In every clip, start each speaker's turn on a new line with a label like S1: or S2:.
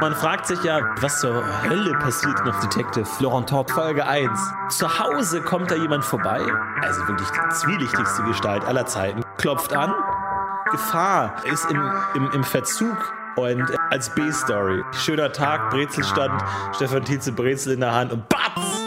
S1: Man fragt sich ja, was zur Hölle passiert noch Detective Florent Torp Folge 1. Zu Hause kommt da jemand vorbei, also wirklich die zwielichtigste Gestalt aller Zeiten, klopft an, Gefahr ist im, im, im Verzug und äh, als B-Story. Schöner Tag, Brezelstand, Stefan Tietze Brezel in der Hand und BATZ!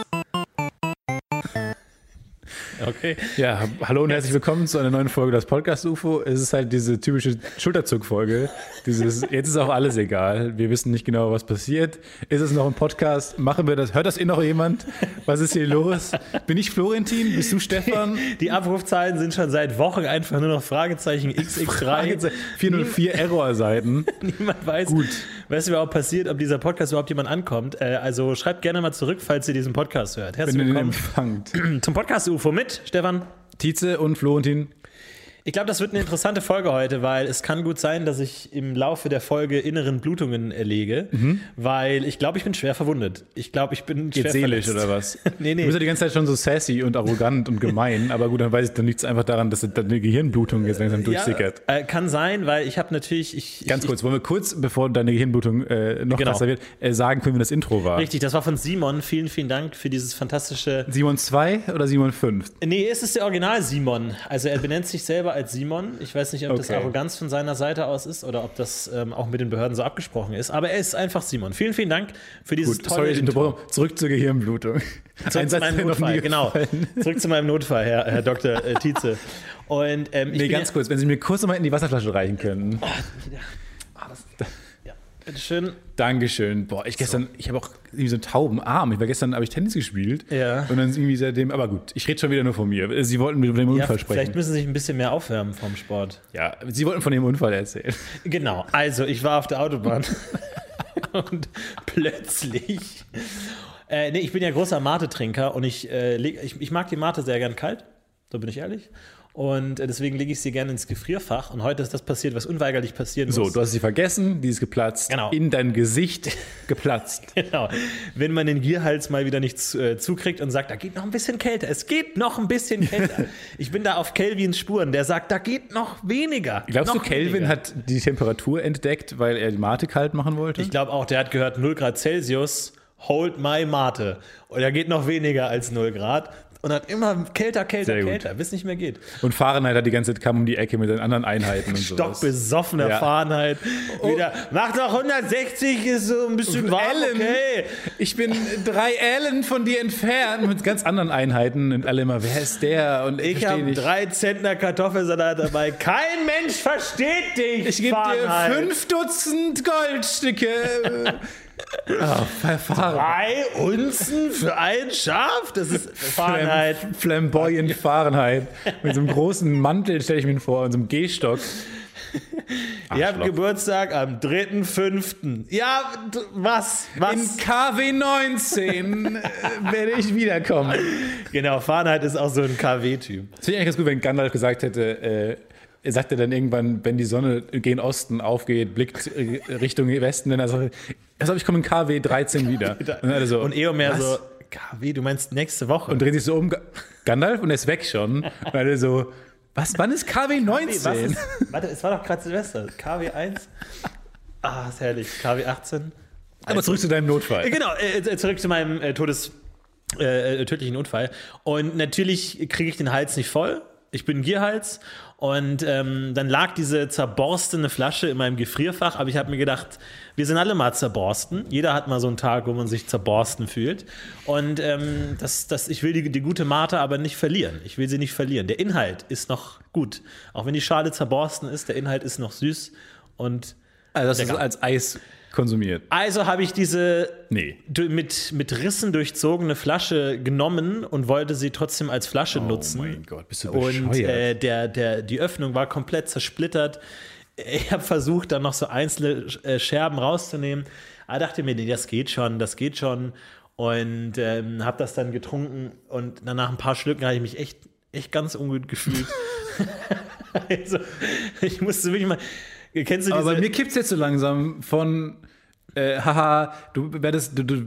S2: Okay.
S3: Ja, hallo und herzlich willkommen zu einer neuen Folge des Podcast UFO. Es ist halt diese typische Schulterzuckfolge. Dieses jetzt ist auch alles egal. Wir wissen nicht genau, was passiert. Ist es noch ein Podcast? Machen wir das? Hört das eh noch jemand? Was ist hier los? Bin ich Florentin? Bist du Stefan?
S1: Die Abrufzahlen sind schon seit Wochen einfach nur noch Fragezeichen XX3.
S3: 404 Error-Seiten.
S1: Niemand weiß,
S3: Gut.
S1: was überhaupt passiert, ob dieser Podcast überhaupt jemand ankommt. Äh, Also schreibt gerne mal zurück, falls ihr diesen Podcast hört.
S3: Wenn ihr
S1: Herzlich
S3: den
S1: willkommen
S3: empfangt.
S1: zum Podcast UFO mit Stefan.
S3: Tietze und Florentin.
S1: Ich glaube, das wird eine interessante Folge heute, weil es kann gut sein, dass ich im Laufe der Folge inneren Blutungen erlege,
S3: Mhm.
S1: weil ich glaube, ich bin schwer verwundet. Ich glaube, ich bin schwer
S3: Jetzt seelisch
S1: verletzt.
S3: oder was?
S1: Nee, nee.
S3: Du bist ja die ganze Zeit schon so sassy und arrogant und gemein, aber gut, dann weiß ich, dann liegt es einfach daran, dass deine Gehirnblutung jetzt langsam durchsickert.
S1: Ja, äh, kann sein, weil ich habe natürlich ich,
S3: Ganz
S1: ich,
S3: kurz, wollen wir kurz, bevor deine Gehirnblutung äh, noch
S1: Genau.
S3: krasser wird, äh, sagen können, wie das Intro war?
S1: Richtig, das war von Simon. Vielen, vielen Dank für dieses fantastische.
S3: Simon 2 oder Simon 5?
S1: Nee, es ist der Original Simon. Also er benennt sich selber als Simon. Ich weiß nicht, ob das
S3: Okay.
S1: Arroganz von seiner Seite aus ist oder ob das ähm, auch mit den Behörden so abgesprochen ist. Aber er ist einfach Simon. Vielen, vielen Dank für dieses
S3: Gut,
S1: tolle
S3: sorry,
S1: Intro.
S3: Intro. zurück zur Gehirnblutung.
S1: Zurück zu meinem Notfall, genau. Zurück zu meinem Notfall, Herr, Herr Dr. äh, Tietze. Und ähm, ich
S3: Nee,
S1: bin
S3: ganz
S1: ja, Oh.
S3: kurz, wenn Sie mir kurz nochmal in die Wasserflasche reichen können.
S1: Ah, Bitteschön.
S3: Dankeschön. Boah, ich gestern, ich habe auch irgendwie so einen tauben Arm. Ich war gestern, habe ich Tennis gespielt.
S1: Ja.
S3: Und dann ist irgendwie seitdem, aber gut, ich rede schon wieder nur von mir. Sie wollten mit dem
S1: Ja,
S3: Unfall
S1: vielleicht
S3: sprechen.
S1: müssen Sie sich ein bisschen mehr aufwärmen vom Sport.
S3: Ja, Sie wollten von dem Unfall erzählen.
S1: Genau, also ich war auf der Autobahn und plötzlich. Äh, nee, ich bin ja großer Mate-Trinker und ich, äh, leg, ich, ich mag die Mate sehr gern kalt, da bin ich ehrlich. Und äh, deswegen lege ich sie gerne ins Gefrierfach. Und heute ist das passiert, was unweigerlich passieren
S3: So,
S1: muss.
S3: du hast sie vergessen, die ist geplatzt.
S1: Genau.
S3: In dein Gesicht geplatzt.
S1: Genau. Wenn man den Gierhals mal wieder nicht zu- äh, zukriegt und sagt, da geht noch ein bisschen kälter, es geht noch ein bisschen kälter. ich bin da auf Kelvins Spuren, der sagt, da geht noch weniger.
S3: Glaubst
S1: noch
S3: du, Kelvin
S1: weniger.
S3: hat die Temperatur entdeckt, weil er die Mate kalt machen wollte?
S1: Ich glaube auch, der hat gehört 0 Grad Celsius, hold my Mate. Und da geht noch weniger als 0 Grad. und dann immer kälter, kälter,
S3: Sehr gut.
S1: kälter, bis nicht mehr geht.
S3: Und Fahrenheit hat die ganze Zeit kam um die Ecke mit den anderen Einheiten und sowas.
S1: Stockbesoffener
S3: Also Ja. Oh.
S1: Fahrenheit. Wieder, mach doch 160, ist so ein bisschen warm,
S3: Ellen.
S1: okay.
S3: Ich bin drei Ellen von dir entfernt mit ganz anderen Einheiten und alle immer, wer ist der? Und ich
S1: Ich
S3: verstehe
S1: habe
S3: nicht.
S1: drei Zentner Kartoffelsalat dabei. Kein Mensch versteht dich.
S3: ich gebe dir
S1: Fahrenheit.
S3: fünf Dutzend Goldstücke. oh, verfahren.
S1: Drei Unzen für ein Schaf? Das ist Fahrenheit.
S3: Flam flamboyant Fahrenheit. Mit so einem großen Mantel stelle ich mir ihn vor und so einem Gehstock.
S1: Ihr habt
S3: Arschloch.
S1: Geburtstag am 3.5. Ja, d- was?
S3: In
S1: Was?
S3: KW 19 äh, werde ich wiederkommen.
S1: genau, Fahrenheit ist auch so ein KW-Typ.
S3: Das finde ich eigentlich ganz gut, wenn Gandalf gesagt hätte, äh, er sagt er dann irgendwann, wenn die Sonne gen Osten aufgeht, blickt äh, Richtung Westen, dann sagt er, also ich komme in KW 13 wieder. Und, alle so,
S1: Und Eomer
S3: was?
S1: so, KW, du meinst nächste Woche.
S3: Und dreht sich so um, Ga- Gandalf, und er ist weg schon. Und alle so, was, wann ist KW 19?
S1: was ist, warte, es war doch gerade Silvester. KW 1. Ah, ist herrlich. KW 18.
S3: Aber zurück zu deinem Notfall.
S1: Genau, äh, äh, zurück zu meinem äh, Todes, äh, äh, tödlichen Unfall. Und natürlich kriege ich den Hals nicht voll. Ich bin Gierhals. Und ähm, dann lag diese zerborstene Flasche in meinem Gefrierfach. Aber ich habe mir gedacht, wir sind alle mal zerborsten. Jeder hat mal so einen Tag, wo man sich zerborsten fühlt. Und ähm, das, das, ich will die, die gute Mate aber nicht verlieren. Ich will sie nicht verlieren. Der Inhalt ist noch gut. Auch wenn die Schale zerborsten ist, der Inhalt ist noch süß. Und
S3: Also das ist als Eis konsumiert.
S1: also habe ich diese
S3: Nee.
S1: du- mit, mit Rissen durchzogene Flasche genommen und wollte sie trotzdem als Flasche nutzen.
S3: Oh Gott, bist du
S1: und äh, der, der, die Öffnung war komplett zersplittert. Ich habe versucht, dann noch so einzelne äh, Scherben rauszunehmen. Aber dachte mir, nee, das geht schon, das geht schon. Und ähm, habe das dann getrunken. Und danach ein paar Schlücken habe ich mich echt, echt ganz ungut gefühlt. also, ich musste wirklich mal. Kennst du diese,
S3: Aber bei mir kippt es jetzt so langsam von, äh, haha, du werdest, du, du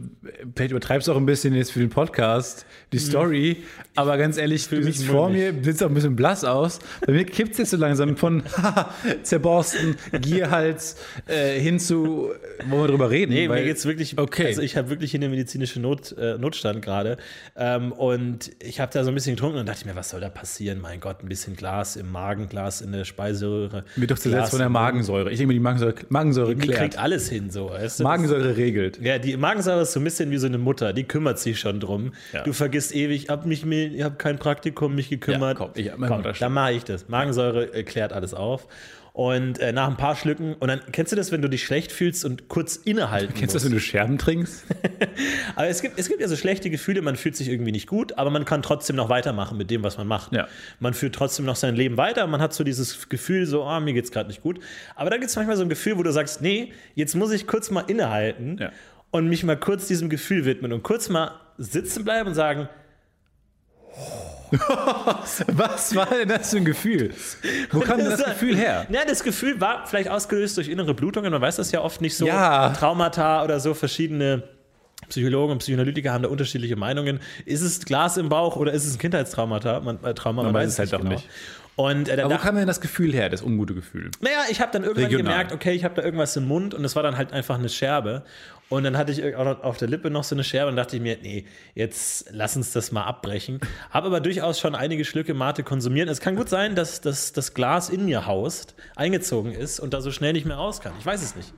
S3: vielleicht übertreibst auch ein bisschen jetzt für den Podcast die Story, aber ganz ehrlich, du
S1: Mhm. mich
S3: sitzt vor mir,
S1: mulmig.
S3: sitzt auch ein bisschen blass aus. Bei mir kippt es jetzt so langsam von, haha, zerborsten, Gierhals, äh, hin zu, wo wir drüber reden.
S1: Nee,
S3: weil-
S1: mir geht's wirklich.
S3: Okay.
S1: Also ich habe wirklich hier eine medizinische Not, äh, Notstand gerade. Ähm, und ich habe da so ein bisschen getrunken und dachte mir, was soll da passieren? Mein Gott, ein bisschen Glas im Magen, Glas in der Speiseröhre.
S3: Wird doch
S1: Glas
S3: zuletzt von der
S1: im Mund.
S3: Magensäure. Ich denke mir, die Magensäure, Magensäure
S1: Die kriegt
S3: klärt.
S1: alles hin, so. Weißt du?
S3: Magensäure regelt.
S1: Ja, die Magensäure ist so ein bisschen wie so eine Mutter, die kümmert sich schon drum. Du vergisst ewig, hab mich, mir- ich habe kein Praktikum, mich gekümmert.
S3: Ja, komm, ich- mein
S1: komm
S3: Mutter-
S1: dann mache ich das. Magensäure äh, klärt alles auf. Und äh, nach ein paar Schlücken, und dann kennst du das, wenn du dich schlecht fühlst und kurz innehalten
S3: Kennst du das,
S1: musst?
S3: wenn du Scherben trinkst?
S1: Aber es gibt, es gibt ja so schlechte Gefühle, man fühlt sich irgendwie nicht gut, aber man kann trotzdem noch weitermachen mit dem, was man macht.
S3: Ja.
S1: Man führt trotzdem noch sein Leben weiter, man hat so dieses Gefühl, so, ah, mir geht's gerade nicht gut. Aber dann gibt es manchmal so ein Gefühl, wo du sagst, nee, jetzt muss ich kurz mal innehalten
S3: Ja.
S1: und mich mal kurz diesem Gefühl widmen und kurz mal sitzen bleiben und sagen,
S3: Was war denn das für ein Gefühl? Wo kam denn das
S1: ist-
S3: Gefühl her?
S1: Also, Na, das Gefühl war vielleicht ausgelöst durch innere Blutungen. Man weiß das ja oft nicht so.
S3: Ja.
S1: Traumata oder so verschiedene. Psychologen und Psychoanalytiker haben da unterschiedliche Meinungen. Ist es Glas im Bauch oder ist es ein Kindheitstraumata? Man, äh, Trauma, man,
S3: weiß
S1: weiß
S3: es
S1: es
S3: halt
S1: nicht
S3: doch
S1: genau.
S3: nicht.
S1: Und äh, dann
S3: Aber wo
S1: dachte
S3: kam denn das Gefühl her, das ungute Gefühl?
S1: naja, ich habe dann irgendwann
S3: Regional.
S1: gemerkt, okay, ich habe da irgendwas im Mund und es war dann halt einfach eine Scherbe. Und dann hatte ich irg- auch noch auf der Lippe noch so eine Scherbe und dachte ich mir, nee, jetzt lass uns das mal abbrechen. Habe aber durchaus schon einige Schlücke Mate konsumiert. Es kann gut sein, dass, dass das Glas in mir haust, eingezogen ist und da so schnell nicht mehr raus kann. Ich weiß es nicht.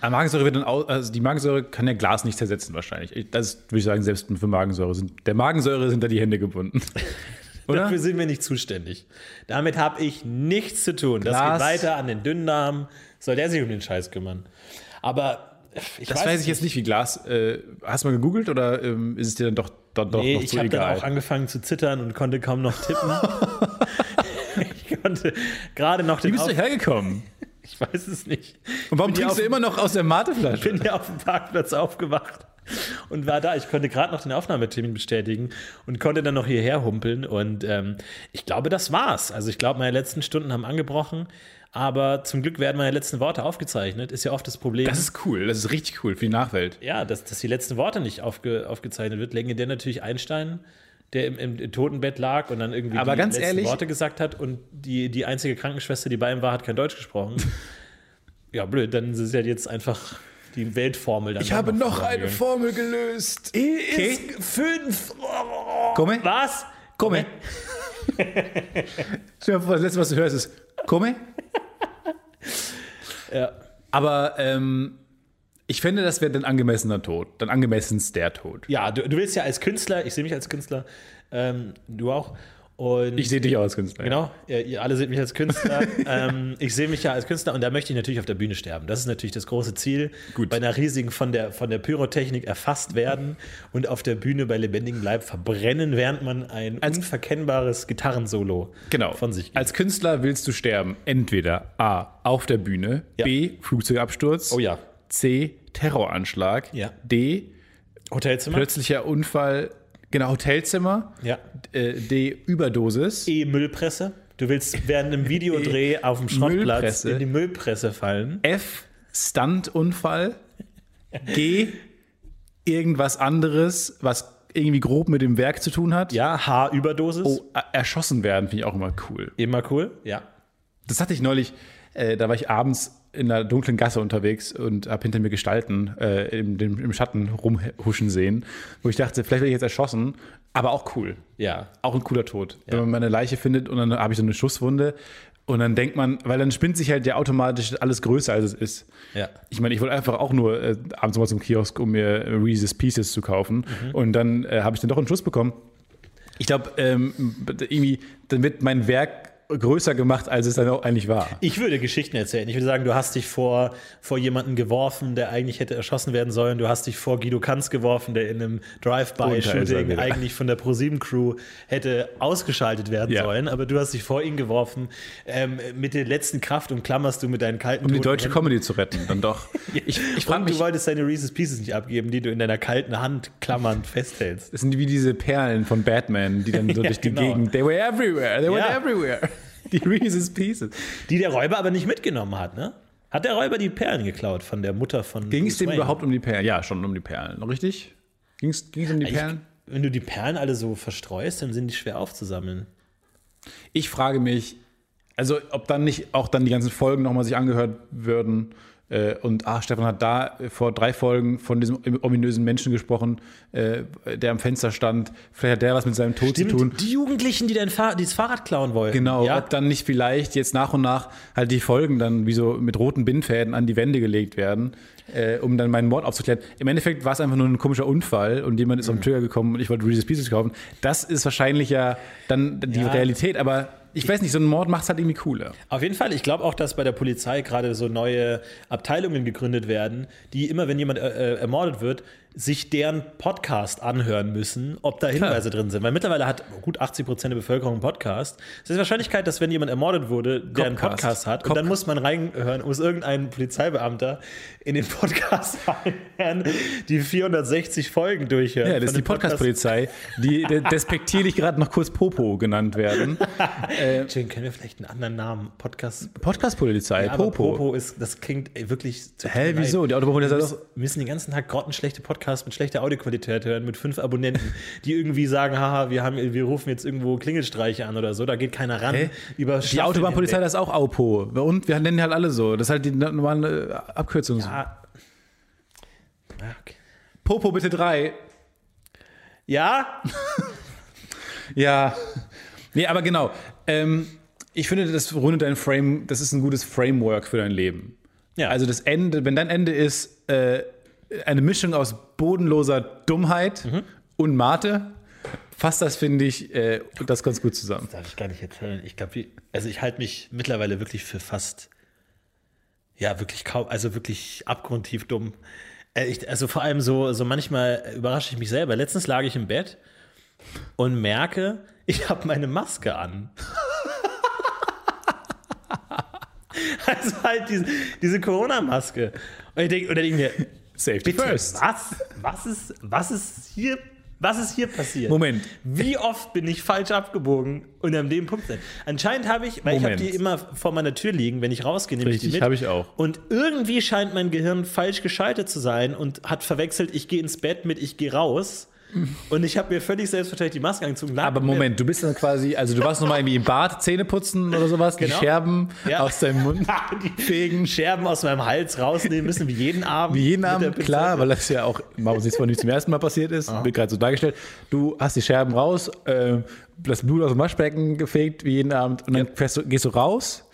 S3: Aber Magensäure wird dann au- also die Magensäure kann ja Glas nicht zersetzen wahrscheinlich. Ich- Das würde ich sagen, selbst für Magensäure sind der Magensäure sind da die Hände gebunden. Oder?
S1: Dafür sind wir nicht zuständig. Damit habe ich nichts zu tun.
S3: Glas.
S1: Das geht weiter an den Dünndarm. Soll der sich um den Scheiß kümmern. Aber ich
S3: Das
S1: weiß,
S3: weiß ich jetzt nicht, wie Glas. Äh, hast du mal gegoogelt oder ähm, ist es dir dann doch, doch, doch
S1: Nee,
S3: noch
S1: ich
S3: zu
S1: habe dann
S3: egal?
S1: auch angefangen zu zittern und konnte kaum noch tippen. ich konnte gerade noch
S3: wie
S1: den
S3: bist du
S1: Auf
S3: hergekommen?
S1: Ich weiß es nicht.
S3: Und warum
S1: Bin ja
S3: trinkst du
S1: auf-
S3: immer noch aus der Mateflasche?
S1: Bin ja auf dem Parkplatz aufgewacht und war da. Ich konnte gerade noch den Aufnahmetermin bestätigen und konnte dann noch hierher humpeln. Und ähm, ich glaube, das war's. Also ich glaube, meine letzten Stunden haben angebrochen. Aber zum Glück werden meine letzten Worte aufgezeichnet. Ist ja oft das Problem.
S3: Das ist cool, das ist richtig cool für die Nachwelt.
S1: ja, dass, dass die letzten Worte nicht aufge, aufgezeichnet wird, legendär natürlich Einstein, der im, im Totenbett lag und dann irgendwie
S3: Aber
S1: die
S3: ganz
S1: letzten
S3: ehrlich-
S1: Worte gesagt hat und die, die einzige Krankenschwester, die bei ihm war, hat kein Deutsch gesprochen. ja, blöd, dann ist es ja halt jetzt einfach die Weltformel dann.
S3: Ich habe noch eine
S1: Formel.
S3: Formel gelöst.
S1: E ist fünf.
S3: Komme?
S1: Was?
S3: Komme. Stell dir vor, das letzte, was du hörst, ist Komme.
S1: Ja.
S3: Aber ähm, ich finde, das wäre dann angemessener Tod. Dann angemessenster Tod.
S1: Ja, du, du willst ja als Künstler, ich sehe mich als Künstler, ähm, du auch. Und
S3: Ich sehe dich auch als Künstler.
S1: Genau, ihr, ihr alle seht mich als Künstler. ähm, ich sehe mich ja als Künstler und da möchte ich natürlich auf der Bühne sterben. Das ist natürlich das große Ziel.
S3: Gut.
S1: Bei einer riesigen, von der, von der Pyrotechnik erfasst werden und auf der Bühne bei lebendigem Leib verbrennen, während man ein unverkennbares Gitarrensolo
S3: Genau.
S1: von sich gibt.
S3: Als Künstler willst du sterben. Entweder A. Auf der Bühne.
S1: Ja.
S3: B. Flugzeugabsturz.
S1: Oh ja.
S3: C. Terroranschlag.
S1: Ja.
S3: D.
S1: Hotelzimmer?
S3: Plötzlicher Unfall. Genau, Hotelzimmer.
S1: Ja.
S3: Äh, D. Überdosis.
S1: E-Müllpresse. Du willst während einem Videodreh auf dem Schrottplatz
S3: Müllpresse.
S1: in die Müllpresse fallen.
S3: F. Stuntunfall. G. Irgendwas anderes, was irgendwie grob mit dem Werk zu tun hat.
S1: Ja, H-Überdosis.
S3: Oh, er- erschossen werden finde ich auch immer cool.
S1: Immer cool. Ja.
S3: Das hatte ich neulich, äh, da war ich abends in einer dunklen Gasse unterwegs und habe hinter mir Gestalten äh, im, dem, im Schatten rumhuschen sehen, wo ich dachte, vielleicht werde ich jetzt erschossen, aber auch cool.
S1: Ja.
S3: Auch ein cooler Tod. Wenn man meine Leiche findet und dann habe ich so eine Schusswunde und dann denkt man, weil dann spinnt sich halt ja automatisch alles größer, als es ist.
S1: Ja.
S3: Ich meine, ich wollte einfach auch nur äh, abends mal zum Kiosk, um mir Reese's Pieces zu kaufen. Und dann äh, habe ich dann doch einen Schuss bekommen. Ich glaube, ähm, irgendwie, dann wird mein Werk größer gemacht, als es dann auch eigentlich war.
S1: Ich würde Geschichten erzählen. Ich würde sagen, du hast dich vor, vor jemanden geworfen, der eigentlich hätte erschossen werden sollen. Du hast dich vor Guido Kanz geworfen, der in einem
S3: Und da ist er
S1: Drive-By-Shooting
S3: wieder.
S1: eigentlich von der ProSieben-Crew hätte ausgeschaltet werden
S3: Ja.
S1: sollen. Aber du hast dich vor ihn geworfen. Ähm, mit der letzten Kraft umklammerst du mit deinen kalten
S3: Um die
S1: toten
S3: deutsche
S1: Händen-
S3: Comedy zu retten, dann doch. Ich, ich frage
S1: Und
S3: mich,
S1: du wolltest deine Reese's Pieces nicht abgeben, die du in deiner kalten Hand klammernd festhältst.
S3: das sind wie diese Perlen von Batman, die dann so
S1: Ja,
S3: durch die
S1: genau.
S3: Gegend. They were everywhere, they
S1: Ja.
S3: went everywhere. Die Reese's Pieces.
S1: Die der Räuber aber nicht mitgenommen hat, ne? Hat der Räuber die Perlen geklaut von der Mutter von.
S3: Ging es
S1: Bruce
S3: dem
S1: Wayne?
S3: überhaupt um die Perlen? Ja, schon um die Perlen, richtig? Ging es um die Perlen?
S1: Ich, wenn du die Perlen alle so verstreust, dann sind die schwer aufzusammeln.
S3: Ich frage mich, also ob dann nicht auch dann die ganzen Folgen nochmal sich angehört würden. äh, Und ah, Stefan hat da äh, vor drei Folgen von diesem ominösen Menschen gesprochen, äh, der am Fenster stand. Vielleicht hat der was mit seinem Tod zu tun.
S1: Die Jugendlichen, die dein Fahr die das Fahrrad klauen wollen.
S3: Genau,
S1: Ja,
S3: ob dann nicht vielleicht jetzt nach und nach halt die Folgen dann wie so mit roten Bindfäden an die Wände gelegt werden, äh, um dann meinen Mord aufzuklären. Im Endeffekt war es einfach nur ein komischer Unfall und jemand ist am Trigger gekommen und ich wollte Reese's Pieces kaufen. Das ist wahrscheinlich ja dann die
S1: Ja.
S3: Realität, aber ich weiß nicht, so ein Mord macht es halt irgendwie cooler.
S1: auf jeden Fall. Ich glaube auch, dass bei der Polizei gerade so neue Abteilungen gegründet werden, die immer, wenn jemand äh, äh, ermordet wird, sich deren Podcast anhören müssen, ob da Hinweise drin sind. Weil mittlerweile hat gut 80 Prozent der Bevölkerung einen Podcast. Es ist die Wahrscheinlichkeit, dass wenn jemand ermordet wurde, der einen
S3: Copcast.
S1: Podcast hat, und
S3: Cop-
S1: dann muss man reinhören, muss irgendein Polizeibeamter in den Podcast reinhören, die 460 Folgen durchhören.
S3: Ja, das ist
S1: Von
S3: die
S1: dem Podcast-
S3: Podcast-Polizei, die de- despektierlich gerade noch kurz Popo genannt werden.
S1: Jane, können wir vielleicht einen anderen Namen? Podcast.
S3: Podcast-Polizei,
S1: Aber
S3: Popo.
S1: Popo ist, das klingt ey, wirklich zu
S3: Hä, wieso? Die Autopolizei ist
S1: Wir müssen den ganzen Tag grottenschlechte Podcasts mit schlechter Audioqualität hören, mit fünf Abonnenten, die irgendwie sagen, haha, wir, haben, wir rufen jetzt irgendwo Klingelstreiche an oder so, da geht keiner ran.
S3: Hä?
S1: Über
S3: Die
S1: Staffeln
S3: Autobahnpolizei,
S1: hinweg.
S3: das ist auch Aupo. Und wir nennen die halt alle so. Das ist halt die normale Abkürzung.
S1: Ah. Ja, okay.
S3: Popo bitte drei.
S1: Ja,
S3: Ja. Nee, aber genau. Ähm, ich finde, das rundet dein Frame, das ist ein gutes Framework für dein Leben.
S1: Ja.
S3: Also das Ende, wenn dein Ende ist äh, eine Mischung aus bodenloser Dummheit
S1: Mhm.
S3: und Mate, fasst das, finde ich, äh, das ganz gut zusammen.
S1: darf ich gar nicht erzählen. Ich glaube, also ich halte mich mittlerweile wirklich für fast, ja, wirklich kaum, also wirklich abgrundtief dumm. Äh, Ich, also vor allem so, so manchmal überrasche ich mich selber. Letztens lag ich im Bett und merke, ich habe meine Maske an. also halt diese, diese Corona-Maske. Und ich denke, oder denke mir,
S3: Safety
S1: bitte,
S3: first.
S1: was, was ist, was ist hier, was ist hier passiert?
S3: Moment.
S1: Wie oft bin ich falsch abgebogen und an dem Punkt sein? Anscheinend habe ich, weil
S3: Moment.
S1: ich habe die immer vor meiner Tür liegen, wenn ich rausgehe, nehme ich die
S3: Richtig,
S1: mit.
S3: habe ich auch.
S1: Und irgendwie scheint mein Gehirn falsch geschaltet zu sein und hat verwechselt, ich gehe ins Bett mit ich gehe raus. Und ich habe mir völlig selbstverständlich die Maske angezogen. lag
S3: Aber
S1: mit-
S3: Moment, du bist dann quasi, also du warst nochmal irgendwie im Bad, Zähne putzen oder sowas, die Scherben
S1: Genau. Ja.
S3: aus deinem Mund fegen.
S1: Scherben aus meinem Hals rausnehmen müssen, wie jeden Abend.
S3: Wie jeden
S1: mit der Ah.
S3: Abend,
S1: Pinzette.
S3: klar, weil das ja auch, machen wir uns nichts vor, nicht zum ersten Mal passiert ist, wird gerade so dargestellt. Du hast die Scherben raus, äh, das Blut aus dem Waschbecken gefegt, wie jeden Abend, und dann fährst du, gehst du raus,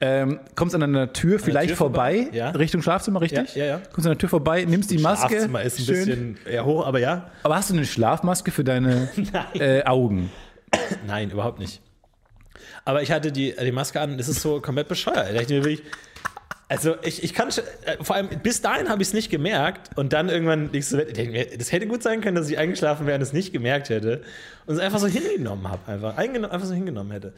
S3: ähm, kommst an einer Tür
S1: Mhm.
S3: vielleicht
S1: Tür
S3: vorbei,
S1: vorbei, ja.
S3: Richtung Schlafzimmer, richtig?
S1: Ja, ja, ja.
S3: Kommst an der Tür vorbei, nimmst die Maske.
S1: Schlafzimmer ist ein
S3: schön.
S1: bisschen eher hoch, aber ja.
S3: Aber hast du eine Schlafmaske für deine äh, Augen?
S1: Nein, überhaupt nicht. Aber ich hatte die, die Maske an, das ist so komplett bescheuert. Da dachte ich mir wirklich, also ich, ich kann schon, äh, vor allem bis dahin habe ich es nicht gemerkt und dann irgendwann, liegst du im Bett, ich denk mir, das hätte gut sein können, dass ich eingeschlafen wäre und es nicht gemerkt hätte und es einfach so hingenommen habe, einfach, eingeno- einfach so hingenommen hätte.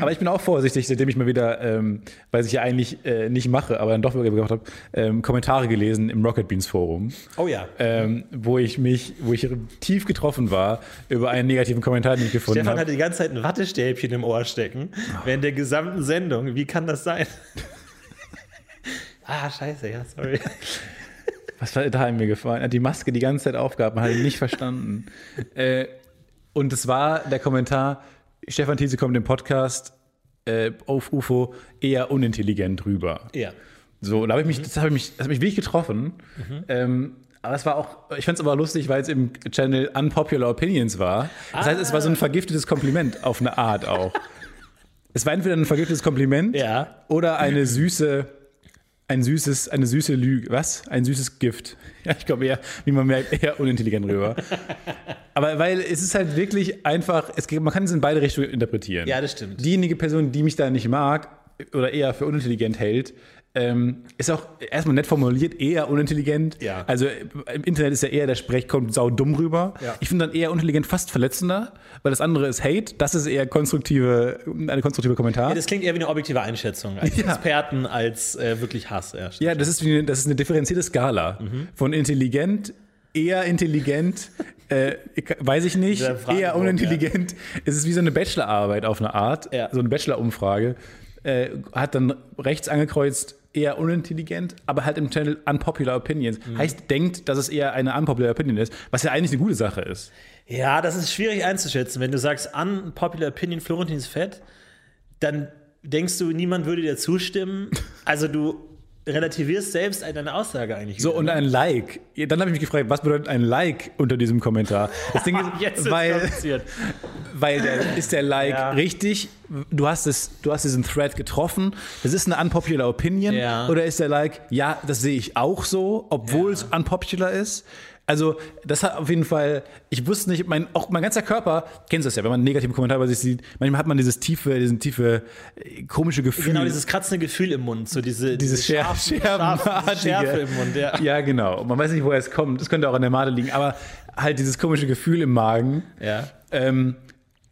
S3: Aber ich bin auch vorsichtig, seitdem ich mal wieder, ähm, weil ich ja eigentlich äh, nicht mache, aber dann doch wieder gemacht habe, ähm, Kommentare gelesen im Rocket Beans Forum.
S1: Oh ja.
S3: ähm, wo ich mich, wo ich tief getroffen war über einen negativen Kommentar, den ich gefunden
S1: Stefan
S3: habe.
S1: hatte die ganze Zeit ein Wattestäbchen im Ohr stecken, während der gesamten Sendung. Wie kann das sein? ah, scheiße, ja, sorry.
S3: Was war da in mir gefallen? Er hat die Maske die ganze Zeit aufgehabt, man hat ihn nicht verstanden. äh, und es war der Kommentar, Stefan Thiese kommt im Podcast äh, auf UFO eher unintelligent rüber.
S1: Ja.
S3: So, und da habe ich mich, das habe ich mich, das hat mich wirklich getroffen.
S1: Mhm.
S3: Ähm, aber es war auch, ich fand es aber lustig, weil es im Channel Unpopular Opinions war. Das heißt, es war so
S1: Ah.
S3: ein vergiftetes Kompliment auf eine Art auch. es war entweder ein vergiftetes Kompliment
S1: Ja.
S3: oder eine süße, ein süßes, eine süße Lüge. Was? Ein süßes Gift. Ja, ich glaube eher, wie man merkt, eher unintelligent rüber. aber weil es ist halt wirklich einfach, es, geht- man kann es in beide Richtungen interpretieren.
S1: Ja, das stimmt.
S3: Diejenige Person, die mich da nicht mag oder eher für unintelligent hält, ähm, ist auch erstmal nett formuliert, eher unintelligent.
S1: Ja.
S3: Also äh, im Internet ist ja eher der Sprech kommt sau dumm rüber.
S1: Ja.
S3: Ich finde dann eher unintelligent fast verletzender, weil das andere ist Hate. Das ist eher konstruktive, eine konstruktive Kommentar.
S1: Das klingt eher wie eine objektive Einschätzung als
S3: Ja.
S1: Experten, als äh, wirklich Hass. Ja, stimmt.
S3: Ja, das ist, wie eine, das ist eine differenzierte Skala.
S1: Mhm.
S3: Von intelligent, eher intelligent, äh, ich- weiß ich nicht,
S1: Der Fragebogen,
S3: eher unintelligent. Es ist wie so eine Bachelorarbeit auf eine Art,
S1: Ja.
S3: so eine Bachelorumfrage. Äh, hat dann rechts angekreuzt, eher unintelligent, aber halt im Channel Unpopular Opinions.
S1: Mhm.
S3: Heißt, denkt, dass es eher eine Unpopular Opinion ist, was ja eigentlich eine gute Sache ist.
S1: ja, das ist schwierig einzuschätzen. Wenn du sagst, unpopular opinion, Florentin ist fett, dann denkst du, niemand würde dir zustimmen. Also du relativierst selbst deine Aussage eigentlich.
S3: So,
S1: wieder,
S3: und
S1: ne?
S3: ein Like. Ja, Dann habe ich mich gefragt, was bedeutet ein Like unter diesem Kommentar? Das Ding ist,
S1: Jetzt ist
S3: weil,
S1: kompliziert.
S3: weil der, ist der Like
S1: Ja.
S3: richtig? Du hast, es, du hast diesen Thread getroffen. Das ist eine unpopular Opinion.
S1: Ja.
S3: Oder ist der Like, ja, das sehe ich auch so, obwohl es unpopular ist? Also, das hat auf jeden Fall, ich wusste nicht, mein, auch mein ganzer Körper, kennst du das ja, wenn man einen negativen Kommentar bei sich sieht, manchmal hat man dieses tiefe, diesen tiefe, äh, komische Gefühl.
S1: Genau, dieses kratzende Gefühl im Mund, so diese,
S3: Dieses
S1: diese
S3: Scher
S1: scharfen- scharfen- diese
S3: Scherbenartige.
S1: Schärfe im Mund, ja.
S3: Ja, genau. Und man weiß nicht, woher es kommt. Es könnte auch an der Made liegen, aber halt dieses komische Gefühl im Magen.
S1: ja.
S3: Ähm,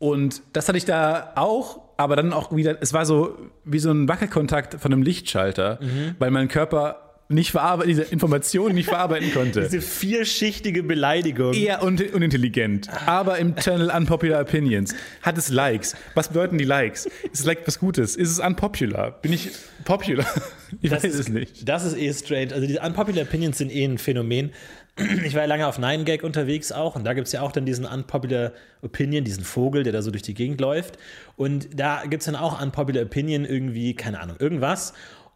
S3: und das hatte ich da auch, aber dann auch wieder, es war so wie so ein Wackelkontakt von einem Lichtschalter,
S1: Mhm.
S3: weil mein Körper nicht verarbeiten, diese Informationen nicht verarbeiten konnte.
S1: Diese vierschichtige Beleidigung.
S3: Eher un unintelligent, aber im Channel Unpopular Opinions. Hat es Likes? Was bedeuten die Likes? Ist es like was Gutes? Ist es unpopular? Bin ich popular? Ich weiß es nicht.
S1: Das ist eh strange. Also diese Unpopular Opinions sind eh ein Phänomen. Ich war ja lange auf 9gag unterwegs auch und da gibt es ja auch dann diesen Unpopular Opinion, diesen Vogel, der da so durch die Gegend läuft. Und da gibt es dann auch Unpopular Opinion irgendwie, keine Ahnung, irgendwas.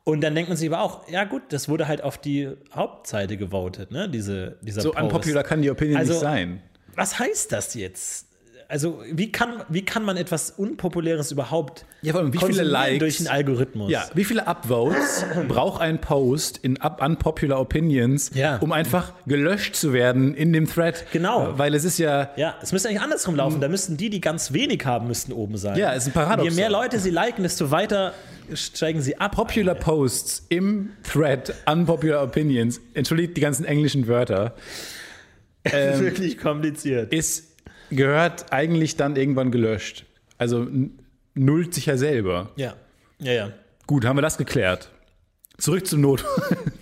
S1: Und dann denkt man sich aber auch, ja gut, das wurde halt auf die Hauptseite gewotet, ne? Diese, dieser
S3: So
S1: Post.
S3: unpopular kann die Opinion
S1: Also-
S3: nicht sein.
S1: Was heißt das jetzt? Also, wie kann, wie kann man etwas Unpopuläres überhaupt
S3: Ja, vor allem, wie viele
S1: konsumieren
S3: Likes?
S1: durch einen Algorithmus?
S3: Ja, wie viele Upvotes braucht ein Post in up unpopular Opinions,
S1: Ja.
S3: um einfach gelöscht zu werden in dem Thread?
S1: Genau.
S3: Weil es ist ja,
S1: Ja, es müsste eigentlich andersrum laufen. Da müssten die, die ganz wenig haben, müssten oben sein.
S3: Ja, ist ein Paradoxon.
S1: Je mehr Leute sie liken, desto weiter steigen sie ab.
S3: Popular Posts im Thread unpopular Opinions, entschuldigt die ganzen englischen Wörter,
S1: Das ist wirklich kompliziert.
S3: ist, gehört eigentlich dann irgendwann gelöscht. Also n- nullt sich ja selber.
S1: Ja, ja, ja.
S3: Gut, haben wir das geklärt. Zurück zum Not.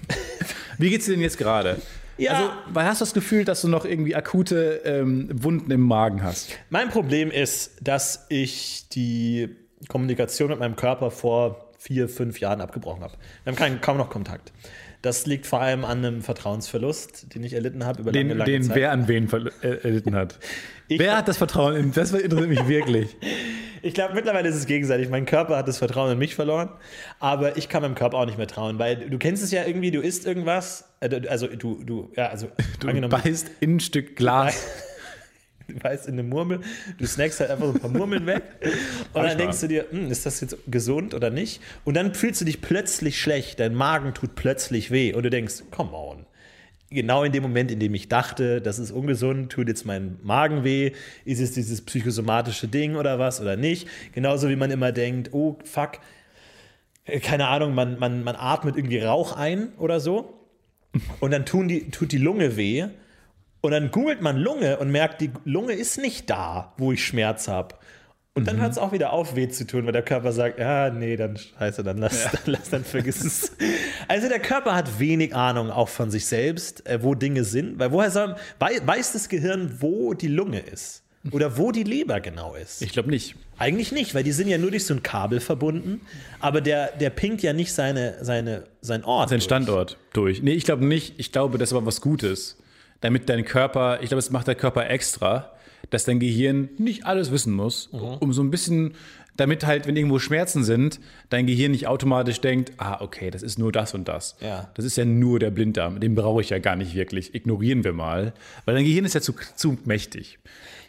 S3: Wie geht's dir denn jetzt gerade?
S1: Ja.
S3: Also, weil hast du das Gefühl, dass du noch irgendwie akute ähm, Wunden im Magen hast?
S1: Mein Problem ist, dass ich die Kommunikation mit meinem Körper vor vier, fünf Jahren abgebrochen habe. Wir haben keinen, kaum noch Kontakt. Das liegt vor allem an einem Vertrauensverlust, den ich erlitten habe über
S4: Den,
S1: lange, lange
S4: den
S1: Zeit.
S4: wer an wen verl- äh, erlitten hat. wer hat das Vertrauen? in- Das interessiert mich wirklich.
S1: Ich glaube, mittlerweile ist es gegenseitig. Mein Körper hat das Vertrauen in mich verloren, aber ich kann meinem Körper auch nicht mehr trauen, weil du kennst es ja irgendwie, du isst irgendwas, äh, du- also du, du, ja, also
S4: Du beißt in ein Stück Glas.
S1: du beißt in eine Murmel, du snackst halt einfach so ein paar Murmeln weg und dann denkst du dir, "Hm, ist das jetzt gesund oder nicht? Und dann fühlst du dich plötzlich schlecht, dein Magen tut plötzlich weh und du denkst, come on. Genau in dem Moment, in dem ich dachte, das ist ungesund, tut jetzt mein Magen weh, ist es dieses psychosomatische Ding oder was oder nicht? Genauso wie man immer denkt, oh fuck, äh, keine Ahnung, man, man, man atmet irgendwie Rauch ein oder so und dann tun die, tut die Lunge weh und dann googelt man Lunge und merkt, die Lunge ist nicht da, wo ich Schmerz habe. Und
S3: Mhm.
S1: dann hört es auch wieder auf, weh zu tun, weil der Körper sagt, ja, nee, dann scheiße, dann lass, dann, lass dann vergiss es. Also der Körper hat wenig Ahnung auch von sich selbst, äh, wo Dinge sind, weil woher soll, wei- weiß das Gehirn, wo die Lunge ist oder wo die Leber genau ist?
S3: Ich glaube nicht.
S1: Eigentlich nicht, weil die sind ja nur durch so ein Kabel verbunden, aber der, der pinkt ja nicht seine, seine, seinen Ort.
S3: Dein
S1: durch.
S3: Standort durch. Nee, ich glaube nicht. Ich glaube, das ist aber was Gutes. Damit dein Körper, ich glaube, das macht der Körper extra, dass dein Gehirn nicht alles wissen muss,
S1: Mhm.
S3: um so ein bisschen, damit halt, wenn irgendwo Schmerzen sind, dein Gehirn nicht automatisch denkt, ah, okay, das ist nur das und das.
S1: Ja.
S3: Das ist ja nur der Blinddarm, den brauche ich ja gar nicht wirklich. Ignorieren wir mal. Weil dein Gehirn ist ja zu, zu mächtig.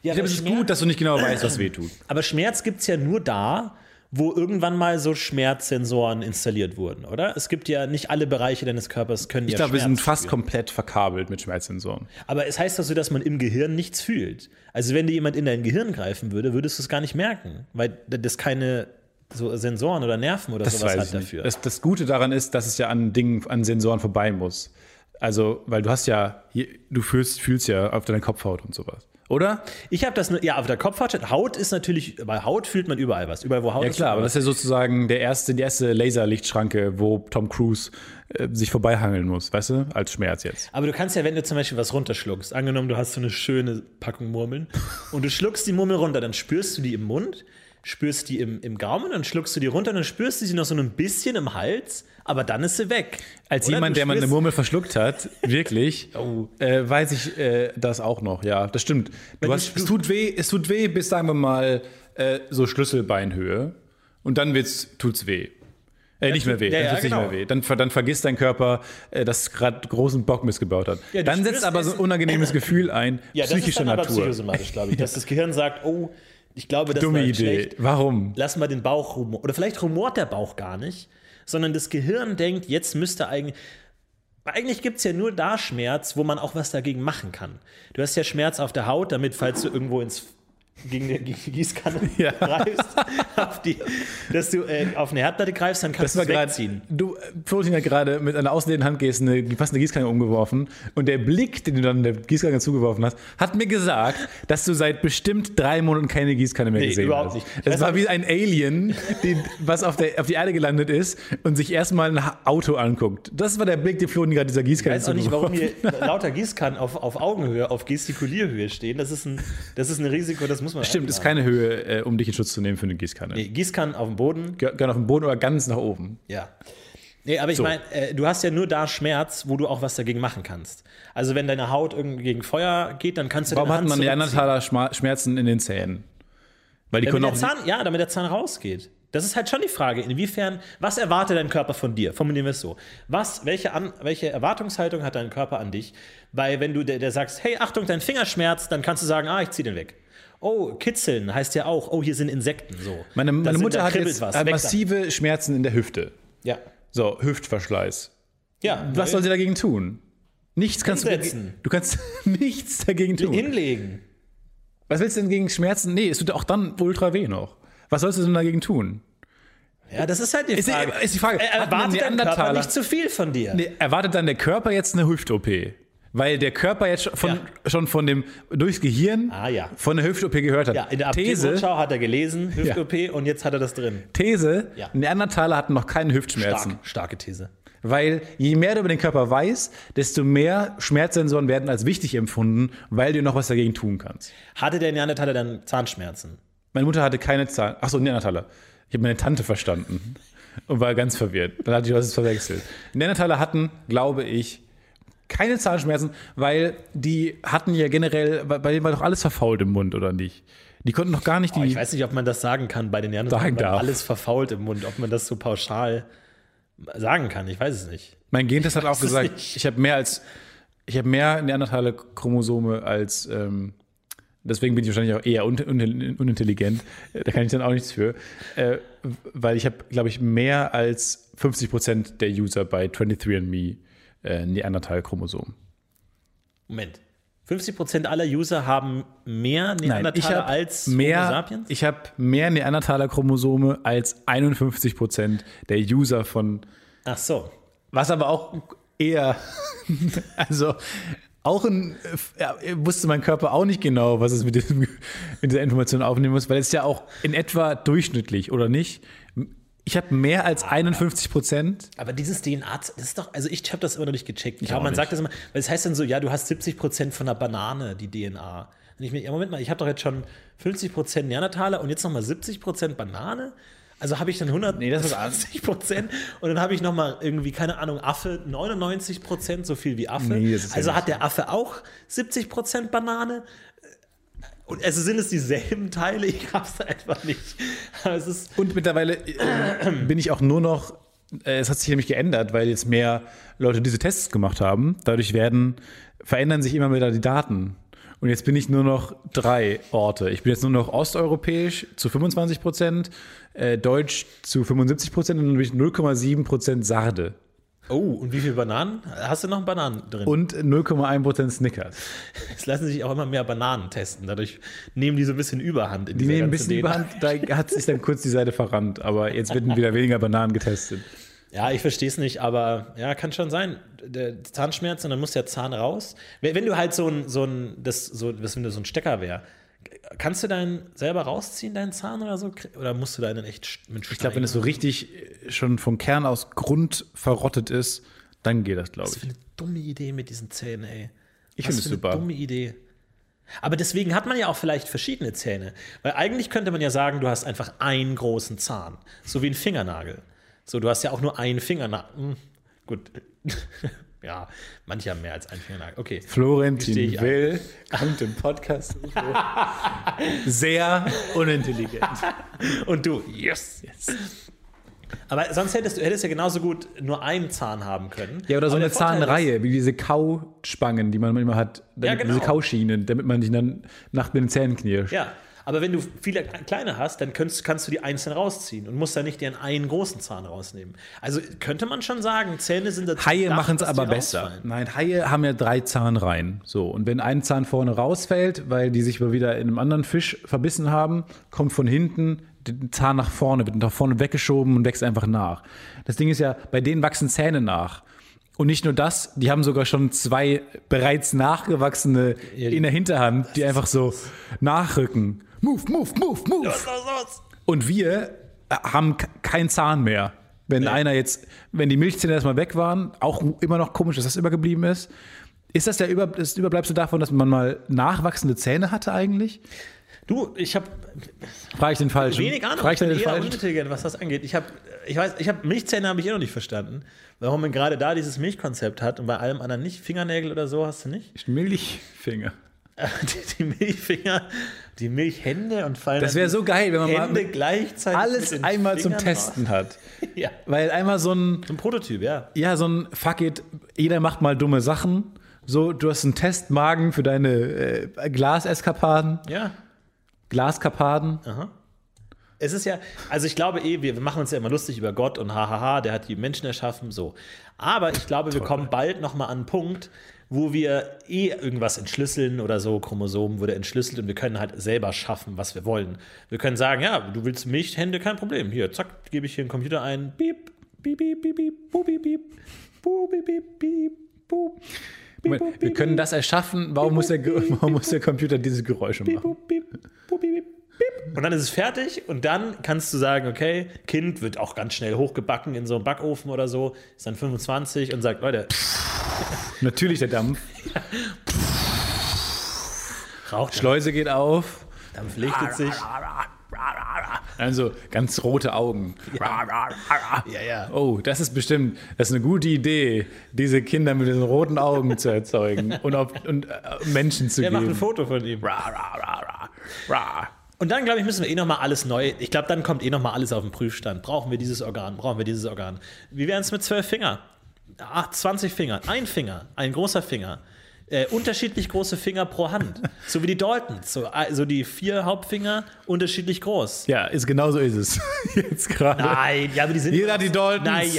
S3: ich
S1: aber
S3: glaube, es ist
S1: Schmerz-
S3: gut, dass du nicht genau weißt, was weh tut.
S1: Aber Schmerz gibt es ja nur da, wo irgendwann mal so Schmerzsensoren installiert wurden, oder? Es gibt ja nicht alle Bereiche deines Körpers können
S3: Ich
S1: ja
S3: glaube, wir sind
S1: Schmerz
S3: fast
S1: spüren.
S3: komplett verkabelt mit Schmerzsensoren.
S1: Aber es heißt doch so, dass man im Gehirn nichts fühlt. Also wenn dir jemand in dein Gehirn greifen würde, würdest du es gar nicht merken, weil das keine so Sensoren oder Nerven oder sowas hat
S3: nicht.
S1: dafür.
S3: Das, das Gute daran ist, dass es ja an Dingen, an Sensoren vorbei muss. Also, weil du hast ja, hier- du fühlst, fühlst ja auf deiner Kopfhaut und sowas. Oder?
S1: Ich habe das nur, ja, auf der Kopfhaut, Haut ist natürlich, bei Haut fühlt man überall was, überall wo Haut
S3: Ja
S1: ist.
S3: klar, aber das ist ja sozusagen der erste, die erste Laserlichtschranke, wo Tom Cruise äh, sich vorbeihangeln muss, weißt du? Als Schmerz jetzt.
S1: Aber du kannst ja, wenn du zum Beispiel was runterschluckst, angenommen, du hast so eine schöne Packung Murmeln und du schluckst die Murmel runter, dann spürst du die im Mund, spürst die im, im Gaumen, dann schluckst du die runter, dann spürst du sie noch so ein bisschen im Hals, aber dann ist sie weg.
S3: Als
S1: Oder?
S3: jemand,
S1: Du Oh.
S3: der mal eine
S1: spürst-
S3: Murmel verschluckt hat, wirklich, äh, weiß ich äh, das auch noch. Ja, das stimmt. Du hast, es tut weh, es tut weh bis, sagen wir mal, äh, so Schlüsselbeinhöhe. Und dann wird's, tut's weh. Äh, nicht mehr weh.
S1: ja,
S3: dann
S1: ja,
S3: tut's
S1: genau.
S3: nicht mehr weh. Dann, ver- dann vergisst dein Körper, äh, dass gerade großen Bock missgebaut hat.
S1: du
S3: dann
S1: spürst
S3: setzt aber so ein
S1: es-
S3: unangenehmes Gefühl ein,
S1: ja, das ist
S3: psychischer
S1: dann aber
S3: Natur.
S1: psychosomatisch, glaube ich, dass das Gehirn sagt, oh, ich glaube, das
S3: Dumme
S1: war
S3: Idee.
S1: jetzt schlecht.
S3: Warum?
S1: Lass mal den Bauch rumor. Oder vielleicht rumort der Bauch gar nicht, sondern das Gehirn denkt, jetzt müsste eigentlich. Weil Eigentlich gibt es ja nur da Schmerz, wo man auch was dagegen machen kann. Du hast ja Schmerz auf der Haut, damit, falls du irgendwo ins gegen die, gegen die Gießkanne
S3: Ja.
S1: greifst, auf die, dass du äh, auf eine Herdplatte greifst, dann kannst
S3: Das
S1: du
S3: war
S1: es
S3: gerade.
S1: wegziehen.
S3: Du, äh, Florentin hat gerade mit einer auslehnenden Handgeste eine passende Gießkanne umgeworfen und der Blick, den du dann der Gießkanne zugeworfen hast, hat mir gesagt, dass du seit bestimmt drei Monaten keine Gießkanne mehr
S1: Nee,
S3: gesehen
S1: überhaupt
S3: hast.
S1: nicht.
S3: Das
S1: Das
S3: war
S1: hab
S3: wie ein Alien, die, was auf, der, auf die Erde gelandet ist und sich erstmal ein Ha- Auto anguckt. Das war der Blick, den Florentin gerade dieser
S1: Ich
S3: Gießkanne
S1: weiß auch nicht,
S3: zugeworfen
S1: warum hier lauter Gießkannen auf, auf Augenhöhe, auf Gestikulierhöhe stehen. Das ist ein, das ist ein Risiko, das muss man.
S3: Stimmt, ist keine Höhe, äh, um dich in Schutz zu nehmen für eine Gießkanne.
S1: Nee, Gießkannen auf dem Boden,
S3: Geh- Gern auf den Boden oder ganz nach oben.
S1: Ja. Nee, aber ich meine, äh, du hast ja nur da Schmerz, wo du auch was dagegen machen kannst. Also wenn deine Haut irgendwie gegen Feuer geht, dann kannst du
S3: Warum
S1: deine
S3: hatten
S1: Hand
S3: man die
S1: zurückziehen.
S3: Neandertaler Schma- Schmerzen in den Zähnen? Weil die
S1: damit
S3: können
S1: der
S3: auch
S1: Zahn, Ja, damit der Zahn rausgeht. Das ist halt schon die Frage, inwiefern, was erwartet dein Körper von dir? Formulieren wir es so. Was, welche, an, welche Erwartungshaltung hat dein Körper an dich? Weil wenn du der, der sagst, hey, Achtung, dein Finger schmerzt, dann kannst du sagen, ah, ich zieh den weg. Oh, kitzeln heißt ja auch, oh, hier sind Insekten so.
S3: Meine,
S1: Da
S3: meine
S1: sind-
S3: Mutter
S1: da
S3: hat
S1: kribbelt
S3: jetzt äh,
S1: was.
S3: hat
S1: Weg da.
S3: massive Schmerzen in der Hüfte.
S1: Ja.
S3: So, Hüftverschleiß.
S1: ja.
S3: Was soll sie dagegen tun? Nichts kannst
S1: Hinsetzen.
S3: du. Du kannst nichts dagegen tun.
S1: hinlegen?
S3: Was willst du denn gegen Schmerzen? Nee, es tut auch dann ultra weh noch. Was sollst du denn dagegen tun?
S1: Ja, das ist halt die
S3: Ist die-
S1: Frage. äh,
S3: ist die Frage,
S1: Er-
S3: hat man
S1: Erwartet dein Körper
S3: Neandertaler-
S1: nicht zu viel von dir?
S3: Nee, erwartet dann der Körper jetzt eine Hüft-OP? Weil der Körper jetzt schon von, schon von dem, durchs Gehirn,
S1: Ah, ja.
S3: von der Hüft-OP gehört hat.
S1: Ja, in der
S3: These,
S1: Apothekenrundschau hat er gelesen, Hüft-OP, und jetzt hat er das drin.
S3: These,
S1: Ja.
S3: Neandertaler hatten noch keine Hüftschmerzen.
S1: Stark, starke These.
S3: Weil je mehr du über den Körper weißt, desto mehr Schmerzsensoren werden als wichtig empfunden, weil du noch was dagegen tun kannst.
S1: Hatte der Neandertaler dann Zahnschmerzen?
S3: Meine Mutter hatte keine Zahn. Achso, Neandertaler. Ich habe meine Tante verstanden. und war ganz verwirrt. Dann hatte ich was verwechselt. Neandertaler hatten, glaube ich, keine Zahnschmerzen, weil die hatten ja generell, bei bei denen war doch alles verfault im Mund, oder nicht? Die konnten noch gar nicht die.
S1: Oh, Ich weiß nicht, ob man das sagen kann bei den Neandertalern.
S3: Sagen
S1: weil
S3: darf.
S1: Alles verfault im Mund, ob man das so pauschal sagen kann. Ich weiß es nicht.
S3: Mein Gentest hat auch
S1: es
S3: gesagt, ich habe mehr als ich habe mehr Neandertaler Chromosome als ähm, deswegen bin ich wahrscheinlich auch eher un un unintelligent. Da kann ich dann auch nichts für, äh, weil ich habe glaube ich mehr als 50 Prozent der User bei 23andMe äh, Neandertal Chromosom.
S1: Moment. 50% aller User haben mehr
S3: ich
S1: Neandertaler
S3: habe
S1: als Homo
S3: mehr
S1: sapiens?
S3: ich habe mehr Neandertaler Chromosome als 51 Prozent der User von
S1: Ach so.
S3: Was aber auch eher, also auch ein, ja, wusste mein Körper auch nicht genau, was es mit, diesem, mit dieser Information aufnehmen muss, weil es ja auch in etwa durchschnittlich, oder nicht? Ich habe mehr als 51 Prozent.
S1: Aber dieses DNA, das ist doch, also ich habe das immer noch nicht gecheckt. Ja,
S3: auch
S1: man
S3: nicht.
S1: sagt das immer, weil es heißt dann so, ja, du hast 70% von einer Banane, die DNA. Und ich mir, ja, Moment mal, ich habe doch jetzt schon 50% Neandertaler und jetzt nochmal 70% Banane? Also habe ich dann 100
S3: Nee, das ist was
S1: Prozent und dann habe ich nochmal irgendwie, keine Ahnung, Affe 99 Prozent, so viel wie Affe.
S3: Nee, das ist ja
S1: also
S3: nicht
S1: hat der Affe auch 70 Prozent Banane? Und also sind es dieselben Teile? Ich hab's einfach nicht. Aber es ist,
S3: Und mittlerweile äh, bin ich auch nur noch, äh, es hat sich nämlich geändert, weil jetzt mehr Leute diese Tests gemacht haben. Dadurch werden, verändern sich immer wieder die Daten. Und jetzt bin ich nur noch drei Orte. Ich bin jetzt nur noch osteuropäisch zu 25 Prozent, äh, deutsch zu 75 Prozent und dann bin ich 0,7 Prozent Sarde
S1: oh, und wie viel Bananen? Hast du noch Bananen drin?
S3: und 0,1 Prozent Snickers.
S1: Es lassen sich auch immer mehr Bananen testen. Dadurch nehmen die so ein bisschen Überhand in
S3: Die
S1: dieser
S3: nehmen ein
S1: ganzen
S3: bisschen
S1: DNA.
S3: überhand, da hat sich dann kurz die Seite verrannt, aber jetzt werden wieder weniger Bananen getestet.
S1: Ja, ich verstehe es nicht, aber ja, kann schon sein. Der Zahnschmerzen, dann muss der Zahn raus. Wenn wenn du halt so ein, so ein, das, so, was, wenn du so ein Stecker wär, kannst du deinen selber rausziehen, deinen Zahn oder so? Oder musst du deinen echt sch- mit
S3: Ich glaube, wenn es so richtig äh, schon vom Kern aus Grund verrottet ist, dann geht das, glaube
S1: Was für
S3: ich.
S1: eine dumme Idee mit diesen Zähnen, ey.
S3: Ich
S1: Was
S3: finde es
S1: für eine
S3: super.
S1: Dumme Idee. Aber deswegen hat man ja auch vielleicht verschiedene Zähne. Weil eigentlich könnte man ja sagen, du hast einfach einen großen Zahn. So wie ein Fingernagel. So, du hast ja auch nur einen Fingernagel. Hm, gut. ja, manche haben mehr als einen Fingernagel. Okay. Gestehe
S3: Florentin
S1: ich
S3: Will kommt im Podcast sehr unintelligent.
S1: Und du, yes. Aber sonst hättest du hättest ja genauso gut nur einen Zahn haben können.
S3: Ja, oder so
S1: Aber
S3: eine
S1: der Vorteil ist-
S3: Zahnreihe, wie diese Kauspangen, die man immer hat, damit,
S1: genau.
S3: diese Kauschienen, damit man nicht dann nachts mit den Zähnen knirscht.
S1: Ja, aber wenn du viele kleine hast, dann kannst, kannst du die einzeln rausziehen und musst dann nicht den einen großen Zahn rausnehmen. Also könnte man schon sagen, Zähne sind dazu
S3: Haie
S1: gedacht,
S3: machen es
S1: dass die
S3: aber besser.
S1: rausfallen.
S3: Nein, Haie haben ja drei Zahnreihen. So, und wenn ein Zahn vorne rausfällt, weil die sich mal wieder in einem anderen Fisch verbissen haben, kommt von hinten der Zahn nach vorne, wird nach vorne weggeschoben und wächst einfach nach. Das Ding ist ja, bei denen wachsen Zähne nach. Und nicht nur das, die haben sogar schon zwei bereits nachgewachsene in der Hinterhand, die einfach so nachrücken. Move, move, move, move.
S1: Los, los, los.
S3: Und wir äh, haben k- keinen Zahn mehr. Wenn einer jetzt, wenn die Milchzähne erstmal weg waren, auch immer noch komisch, dass das übergeblieben ist. Ist das der Über, das Überbleibsel davon, dass man mal nachwachsende Zähne hatte eigentlich?
S1: Du, ich habe
S3: Frage ich den Falschen.
S1: wenig Ahnung.
S3: Frage
S1: ich
S3: ich dann
S1: bin
S3: den
S1: eher
S3: Falschen?
S1: unintelligent, was das angeht. Ich habe, ich weiß, ich habe Milchzähne habe ich eh noch nicht verstanden, warum man gerade da dieses Milchkonzept hat und bei allem anderen nicht. Fingernägel oder so hast du nicht.
S3: Milchfinger.
S1: Die, die Milchfinger, die Milchhände und fallen.
S3: Das
S1: dann
S3: wäre
S1: die
S3: so geil, wenn man mal
S1: Hände
S3: mit-
S1: gleichzeitig mit
S3: alles
S1: den
S3: einmal zum
S1: Fingern raus.
S3: Testen hat.
S1: Ja,
S3: Weil einmal so ein
S1: so ein Prototyp, ja.
S3: ja, so ein Fuck it, jeder macht mal dumme Sachen. So, du hast einen Testmagen für deine äh, Glaseskapaden,
S1: Ja.
S3: Glaskapaden.
S1: Es ist ja, also ich glaube eh, wir wir machen uns ja immer lustig über Gott und hahaha, der hat die Menschen erschaffen, so. Aber ich glaube, wir kommen bald nochmal an einen Punkt, wo wir eh irgendwas entschlüsseln oder so, Chromosomen wurde entschlüsselt und wir können halt selber schaffen, was wir wollen. Wir können sagen, ja, du willst Milchhände, kein Problem. Hier, zack, gebe ich hier einen Computer ein, piep, piep, piep, piep, piep, bu, piep, piep, bu, piep, piep, piep, bu, piep,
S3: Moment,
S1: piep,
S3: wir
S1: piep,
S3: können das erschaffen. Warum muss, der, Ge- warum muss der Computer diese Geräusche machen?
S1: Piep, piep, piep, piep, piep. Und dann ist es fertig und dann kannst du sagen, okay, Kind wird auch ganz schnell hochgebacken in so einem Backofen oder so, ist dann 25 und sagt, Leute,
S3: Natürlich der Dampf.
S1: raucht,
S3: Schleuse geht auf.
S1: Dampf lichtet sich.
S3: Also ganz rote Augen.
S1: Ja, ja.
S3: Oh, das ist bestimmt, das ist eine gute Idee, diese Kinder mit diesen roten Augen zu erzeugen und, auf, und äh, Menschen zu
S1: Der macht ein
S3: geben.
S1: Foto von ihm.
S3: Ra, ra, ra, ra, ra.
S1: Und dann, glaube ich, müssen wir eh nochmal alles neu. Ich glaube, dann kommt eh nochmal alles auf den Prüfstand. Brauchen wir dieses Organ? Brauchen wir dieses Organ? Wie wären es mit zwölf Finger? Ah, 20 Finger. Ein Finger. Ein großer Finger. Äh, unterschiedlich große Finger pro Hand. So wie die Daltons. So, also die vier Hauptfinger unterschiedlich groß.
S3: Ja, ist genau so ist es. Jetzt gerade.
S1: Nein, ja, aber die sind.
S3: Jeder hat die Daltons.
S1: Nein,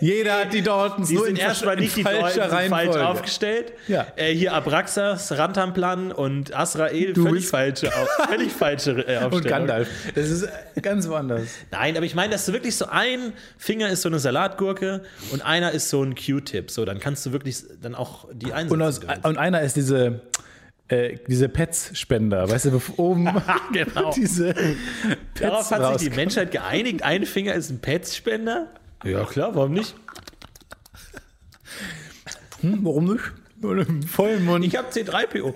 S3: Jeder hat die Daltons.
S1: die
S3: nur
S1: sind
S3: in versch-
S1: erstmal
S3: in
S1: nicht die
S3: falscher
S1: Daltons sind falsch
S3: Reihenfolge.
S1: aufgestellt.
S3: Ja.
S1: Äh, hier Abraxas, Rantanplan und Asrael. Völlig
S3: bist-
S1: falsche, Au- völlig falsche äh, Aufstellung.
S3: Und Gandalf. Das ist ganz woanders.
S1: Nein, aber ich meine, dass du wirklich so ein Finger ist so eine Salatgurke und einer ist so ein Q-Tip. So, dann kannst du wirklich dann auch die einsetzen.
S3: Und, aus,
S1: glaub ich.
S3: und einer ist diese, äh, diese Pets-Spender. Weißt du, bevor oben
S1: genau.
S3: diese
S1: Darauf hat
S3: Pets
S1: sich
S3: raus.
S1: die Menschheit geeinigt. Ein Finger ist ein Petspender. Ja klar, warum nicht?
S3: Hm, warum nicht? Mit dem Vollen Mund.
S1: Ich habe C3PO.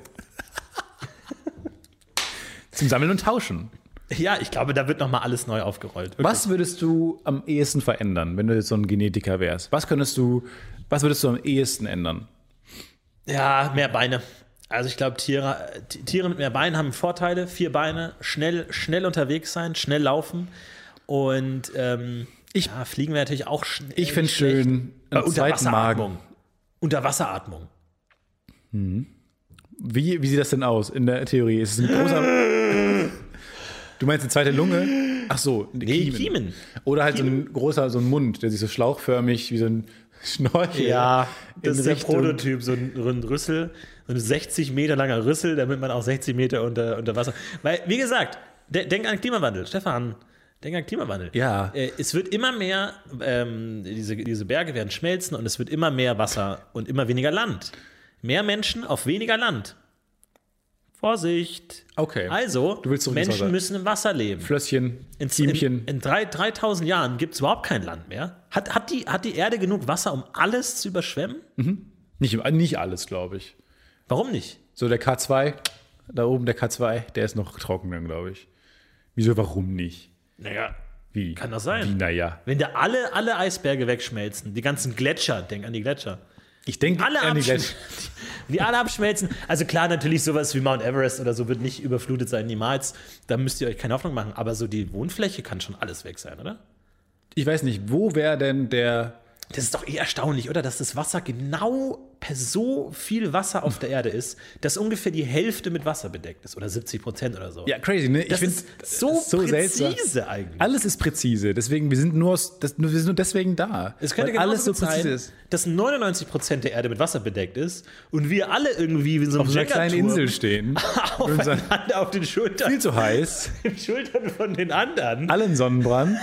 S3: Zum Sammeln und Tauschen.
S1: Ja, ich glaube, da wird noch mal alles neu aufgerollt. Wirklich.
S3: Was würdest du am ehesten verändern, wenn du jetzt so ein Genetiker wärst? Was könntest du, was würdest du am ehesten ändern?
S1: Ja, mehr Beine. Also ich glaube, Tiere, äh, T- Tiere mit mehr Beinen haben Vorteile. Vier Beine, schnell, schnell unterwegs sein, schnell laufen. Und ähm, ich, ja, fliegen wir natürlich auch schnell.
S3: Ich finde schön,
S1: Äh,
S3: einen zweiten Magen.
S1: Unterwasseratmung. Unterwasseratmung.
S3: Wie, wie sieht das denn aus in der Theorie? Ist es ein großer. du meinst eine zweite Lunge? Ach so, eine
S1: Nee, Kiemen.
S3: Oder halt so ein großer, so ein Mund, der sich so schlauchförmig wie so ein Schnorchel. in
S1: das ist der
S3: Richtung-
S1: Prototyp, so ein, so ein Rüssel, so ein 60 Meter langer Rüssel, damit man auch 60 Meter unter, unter Wasser. Weil, wie gesagt, de denk an Klimawandel, Stefan. Denk an Klimawandel.
S3: Ja.
S1: Äh, es wird immer mehr, ähm, diese, diese Berge werden schmelzen und es wird immer mehr Wasser und immer weniger Land. Mehr Menschen auf weniger Land. Vorsicht.
S3: Okay.
S1: Also,
S3: Du willst zurück ins
S1: Menschen
S3: Wasser.
S1: müssen im Wasser leben.
S3: Flösschen,
S1: In, in,
S3: Ziemchen.
S1: in drei, 3000 Jahren gibt es überhaupt kein Land mehr. Hat, hat, die, hat die Erde genug Wasser, um alles zu überschwemmen?
S3: Nicht, nicht alles, glaube ich.
S1: Warum nicht?
S3: So der K2, da oben der K2, der ist noch trocken dann, glaube ich. Wieso, warum nicht?
S1: Naja.
S3: Wie?
S1: Kann das sein?
S3: Wie, naja.
S1: Wenn da alle, alle Eisberge wegschmelzen, die ganzen Gletscher, denk an die Gletscher.
S3: Ich denke
S1: Alle
S3: an die
S1: abschmelzen.
S3: Gletscher.
S1: Die, alle abschmelzen. Also klar, natürlich sowas wie Mount Everest oder so wird nicht überflutet sein, niemals. Da müsst ihr euch keine Hoffnung machen. Aber so die Wohnfläche kann schon alles weg sein, oder?
S3: Ich weiß nicht, wo wäre denn der.
S1: Das ist doch eh erstaunlich, oder? Dass das Wasser genau per so viel Wasser auf der Erde ist, dass ungefähr die Hälfte mit Wasser bedeckt ist oder 70 Prozent oder so.
S3: Ja, crazy, ne?
S1: das
S3: find's-
S1: ist so,
S3: das ist
S1: präzise
S3: seltsam. Also,
S1: eigentlich.
S3: Alles ist präzise, deswegen, wir sind nur, aus, das, wir sind nur deswegen da.
S1: Es könnte
S3: weil
S1: genauso
S3: alles so
S1: gut sein,
S3: präzise ist.
S1: dass 99 Prozent der Erde mit Wasser bedeckt ist und wir alle irgendwie wie so
S3: Auf so einer kleinen
S1: Jenga-Turm
S3: Insel stehen. unseren-
S1: aufeinander auf den Schultern,
S3: Viel zu heiß,
S1: den Schultern von den anderen.
S3: allen Sonnenbrand.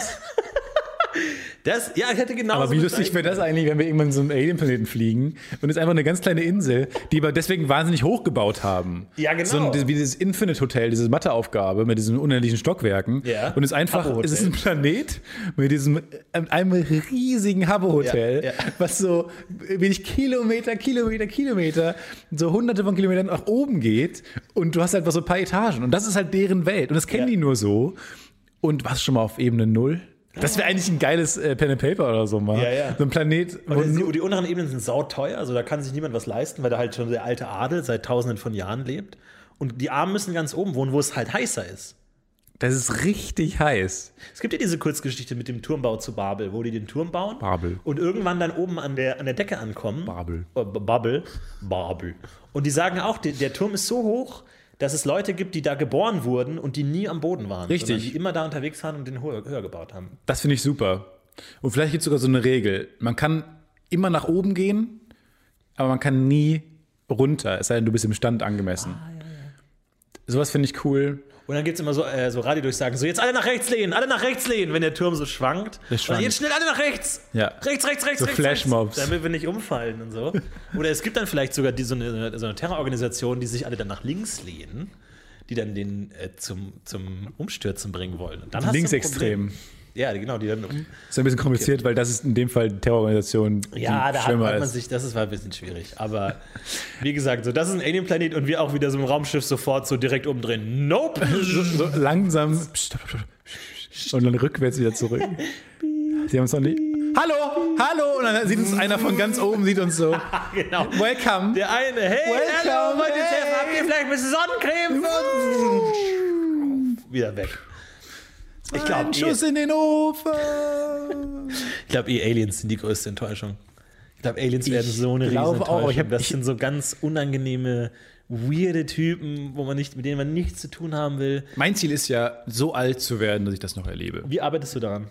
S1: Das, ja, ich hätte genauso
S3: Aber wie
S1: gut
S3: lustig
S1: sein-
S3: wäre das eigentlich, wenn wir irgendwann so einen Alien-Planeten fliegen und es ist einfach eine ganz kleine Insel, die wir deswegen wahnsinnig hochgebaut haben.
S1: Ja, genau.
S3: So ein, wie dieses Infinite-Hotel, diese Matheaufgabe mit diesen unendlichen Stockwerken.
S1: Ja.
S3: Und es ist einfach,
S1: Habbo-Hotel.
S3: es ist ein Planet mit diesem, ähm, einem riesigen Habbo-Hotel,
S1: Ja, ja.
S3: was so wenig Kilometer, Kilometer, Kilometer, so hunderte von Kilometern nach oben geht und du hast einfach so ein paar Etagen und das ist halt deren Welt und das kennen
S1: Ja.
S3: die nur so. Und warst du schon mal auf Ebene Null? Das wäre eigentlich ein geiles äh, Pen and Paper oder so mal.
S1: Ah. Ja, ja.
S3: So ein Planet, wo
S1: Und
S3: nur,
S1: die, die unteren Ebenen sind sauteuer, also da kann sich niemand was leisten, weil da halt schon der alte Adel seit tausenden von Jahren lebt. Und die Armen müssen ganz oben wohnen, wo es halt heißer ist.
S3: das ist richtig heiß.
S1: Es gibt ja diese Kurzgeschichte mit dem Turmbau zu Babel, wo die den Turm bauen
S3: Babel.
S1: und irgendwann dann oben an der, an der Decke ankommen.
S3: Babel.
S1: Äh, B- Babel. Babel. Und die sagen auch, der, der Turm ist so hoch, dass es Leute gibt, die da geboren wurden und die nie am Boden waren.
S3: Richtig.
S1: sondern Die immer da unterwegs waren und den höher, höher gebaut haben.
S3: Das finde ich super. Und vielleicht gibt es sogar so eine Regel. Man kann immer nach oben gehen, aber man kann nie runter, es sei denn, du bist im Stand angemessen.
S1: Ah,
S3: Sowas finde ich cool.
S1: Und dann gibt es immer so, äh, so Radiodurchsagen, so jetzt alle nach rechts lehnen, alle nach rechts lehnen, wenn der Turm so schwankt.
S3: Der schwankt.
S1: Und jetzt schnell alle nach rechts.
S3: Ja.
S1: Rechts, rechts, rechts,
S3: So
S1: rechts.
S3: Flashmobs.
S1: rechts, Damit wir nicht umfallen und so. Oder es gibt dann vielleicht sogar die, so, eine, so eine Terrororganisation, die sich alle dann nach links lehnen, die dann den äh, zum, zum Umstürzen bringen wollen. Und dann hast du ein
S3: Linksextrem.
S1: Problem. Ja, genau, die dann um.
S3: Ist ein bisschen kompliziert, weil das ist in dem Fall die Terrororganisation, die
S1: Ja, da hat,
S3: schlimmer
S1: hat man
S3: ist.
S1: sich, das ist mal ein bisschen schwierig. Aber wie gesagt, so das ist ein Alien-Planet und wir auch wieder so im Raumschiff sofort so direkt umdrehen. Nope!
S3: so langsam. Psst, stopp, stopp, stopp. und dann rückwärts wieder zurück. Sie haben uns noch nicht. Hallo, hallo! Und dann sieht uns einer von ganz oben, sieht uns so.
S1: Genau.
S3: Welcome!
S1: Der eine, hey,
S3: Welcome,
S1: hallo, wollt ihr
S3: hey.
S1: helfen? Habt ihr vielleicht ein bisschen Sonnencreme? für uns? Wieder weg. Ich glaube,
S3: Ein Schuss
S1: eh,
S3: in den Ofen!
S1: ich glaub, eh, Aliens sind die größte Enttäuschung. Ich glaube, Aliens werden so eine
S3: glaube
S1: Riesenenttäuschung.
S3: auch, ich hab-
S1: das
S3: ich-
S1: sind so ganz unangenehme, weirde Typen, wo man nicht, mit denen man nichts zu tun haben will.
S3: Mein Ziel ist ja, so alt zu werden, dass ich das noch erlebe.
S1: Wie arbeitest du daran?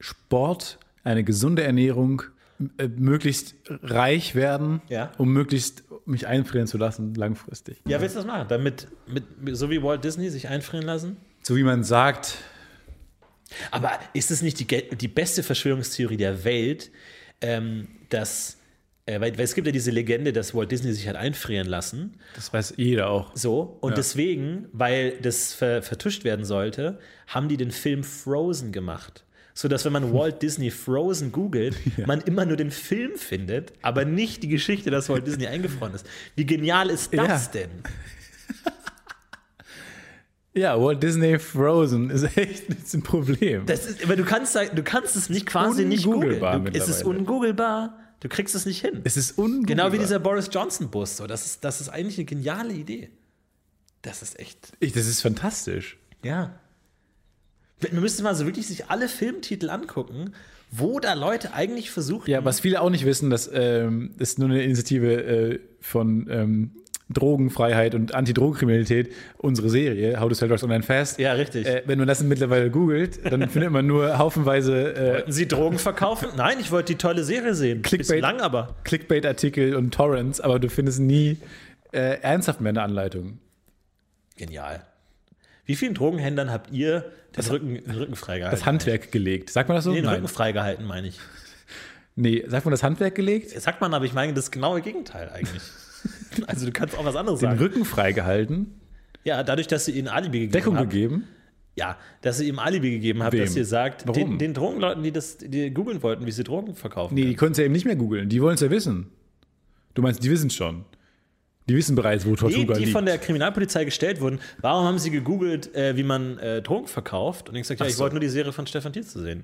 S3: Sport, eine gesunde Ernährung, m- äh, möglichst reich werden,
S1: Ja.
S3: um möglichst mich einfrieren zu lassen, langfristig.
S1: Ja, willst du das machen? Damit, mit, mit- so wie Walt Disney sich einfrieren lassen?
S3: So wie man sagt,
S1: Aber ist es nicht die, gel- die beste Verschwörungstheorie der Welt, ähm, dass, äh, weil, weil es gibt ja diese Legende, dass Walt Disney sich hat einfrieren lassen.
S3: das weiß jeder auch.
S1: So, und deswegen, weil das ver vertuscht werden sollte, haben die den Film Frozen gemacht. So dass, wenn
S3: Hm.
S1: man Walt Disney Frozen googelt, man immer nur den Film findet, aber nicht die Geschichte, dass Walt Disney eingefroren ist. Wie genial ist das
S3: Ja.
S1: denn?
S3: Ja, Walt Disney Frozen ist echt ist ein Problem.
S1: Das ist, aber du kannst, da- du kannst es nicht quasi nicht googeln.
S3: Ungoogelbar
S1: Du- Es ist
S3: mittlerweile.
S1: ungooglebar. Du kriegst es nicht hin.
S3: es ist ungewohnt.
S1: Genau wie dieser Boris Johnson-Bus. So, das, ist, das ist eigentlich eine geniale Idee. Das ist echt.
S3: Ich, das ist fantastisch.
S1: Ja. Wir wir müssen mal so wirklich sich alle Filmtitel angucken, wo da Leute eigentlich versuchen.
S3: Ja, was viele auch nicht wissen, dass ähm, ist nur eine Initiative äh, von ähm, Drogenfreiheit und Antidrogenkriminalität, unsere Serie, How to Sell Drugs Online Fast.
S1: Ja, richtig.
S3: Äh, wenn man das mittlerweile googelt, dann findet man nur haufenweise äh,
S1: Wollten Sie Drogen verkaufen? Nein, ich wollte die tolle Serie sehen.
S3: Clickbait.
S1: Bislang aber.
S3: Clickbait-Artikel und Torrents, aber du findest nie äh, ernsthaft mehr eine Anleitung.
S1: Genial. Wie vielen Drogenhändlern habt ihr den, Rücken, den Rücken freigehalten?
S3: Das Handwerk gelegt. Sagt man das so?
S1: den
S3: Nein.
S1: Rücken freigehalten, meine ich.
S3: Nee, sagt man das Handwerk gelegt?
S1: Das sagt man, aber ich meine das genaue Gegenteil eigentlich. also du kannst auch was anderes
S3: Den
S1: sagen.
S3: Rücken freigehalten,
S1: Ja, dadurch, dass sie ihnen Alibi gegeben
S3: Deckung
S1: haben.
S3: gegeben.
S1: Ja, dass ihr ihm Alibi gegeben habt,
S3: Wem?
S1: dass ihr sagt, den,
S3: Warum?
S1: den Drogenleuten, die das die googeln wollten, wie sie Drogen verkaufen.
S3: Nee, die können es ja eben nicht mehr googeln. Die wollen es ja wissen. Du meinst, die wissen es schon. Die wissen bereits, wo
S1: Die,
S3: Tortuga
S1: die
S3: liegt.
S1: von der Kriminalpolizei gestellt wurden, warum haben sie gegoogelt, äh, wie man äh, Drogen verkauft? Und ich gesagt, ja, ich
S3: so.
S1: wollte nur die Serie von Stefan Tietz zu sehen.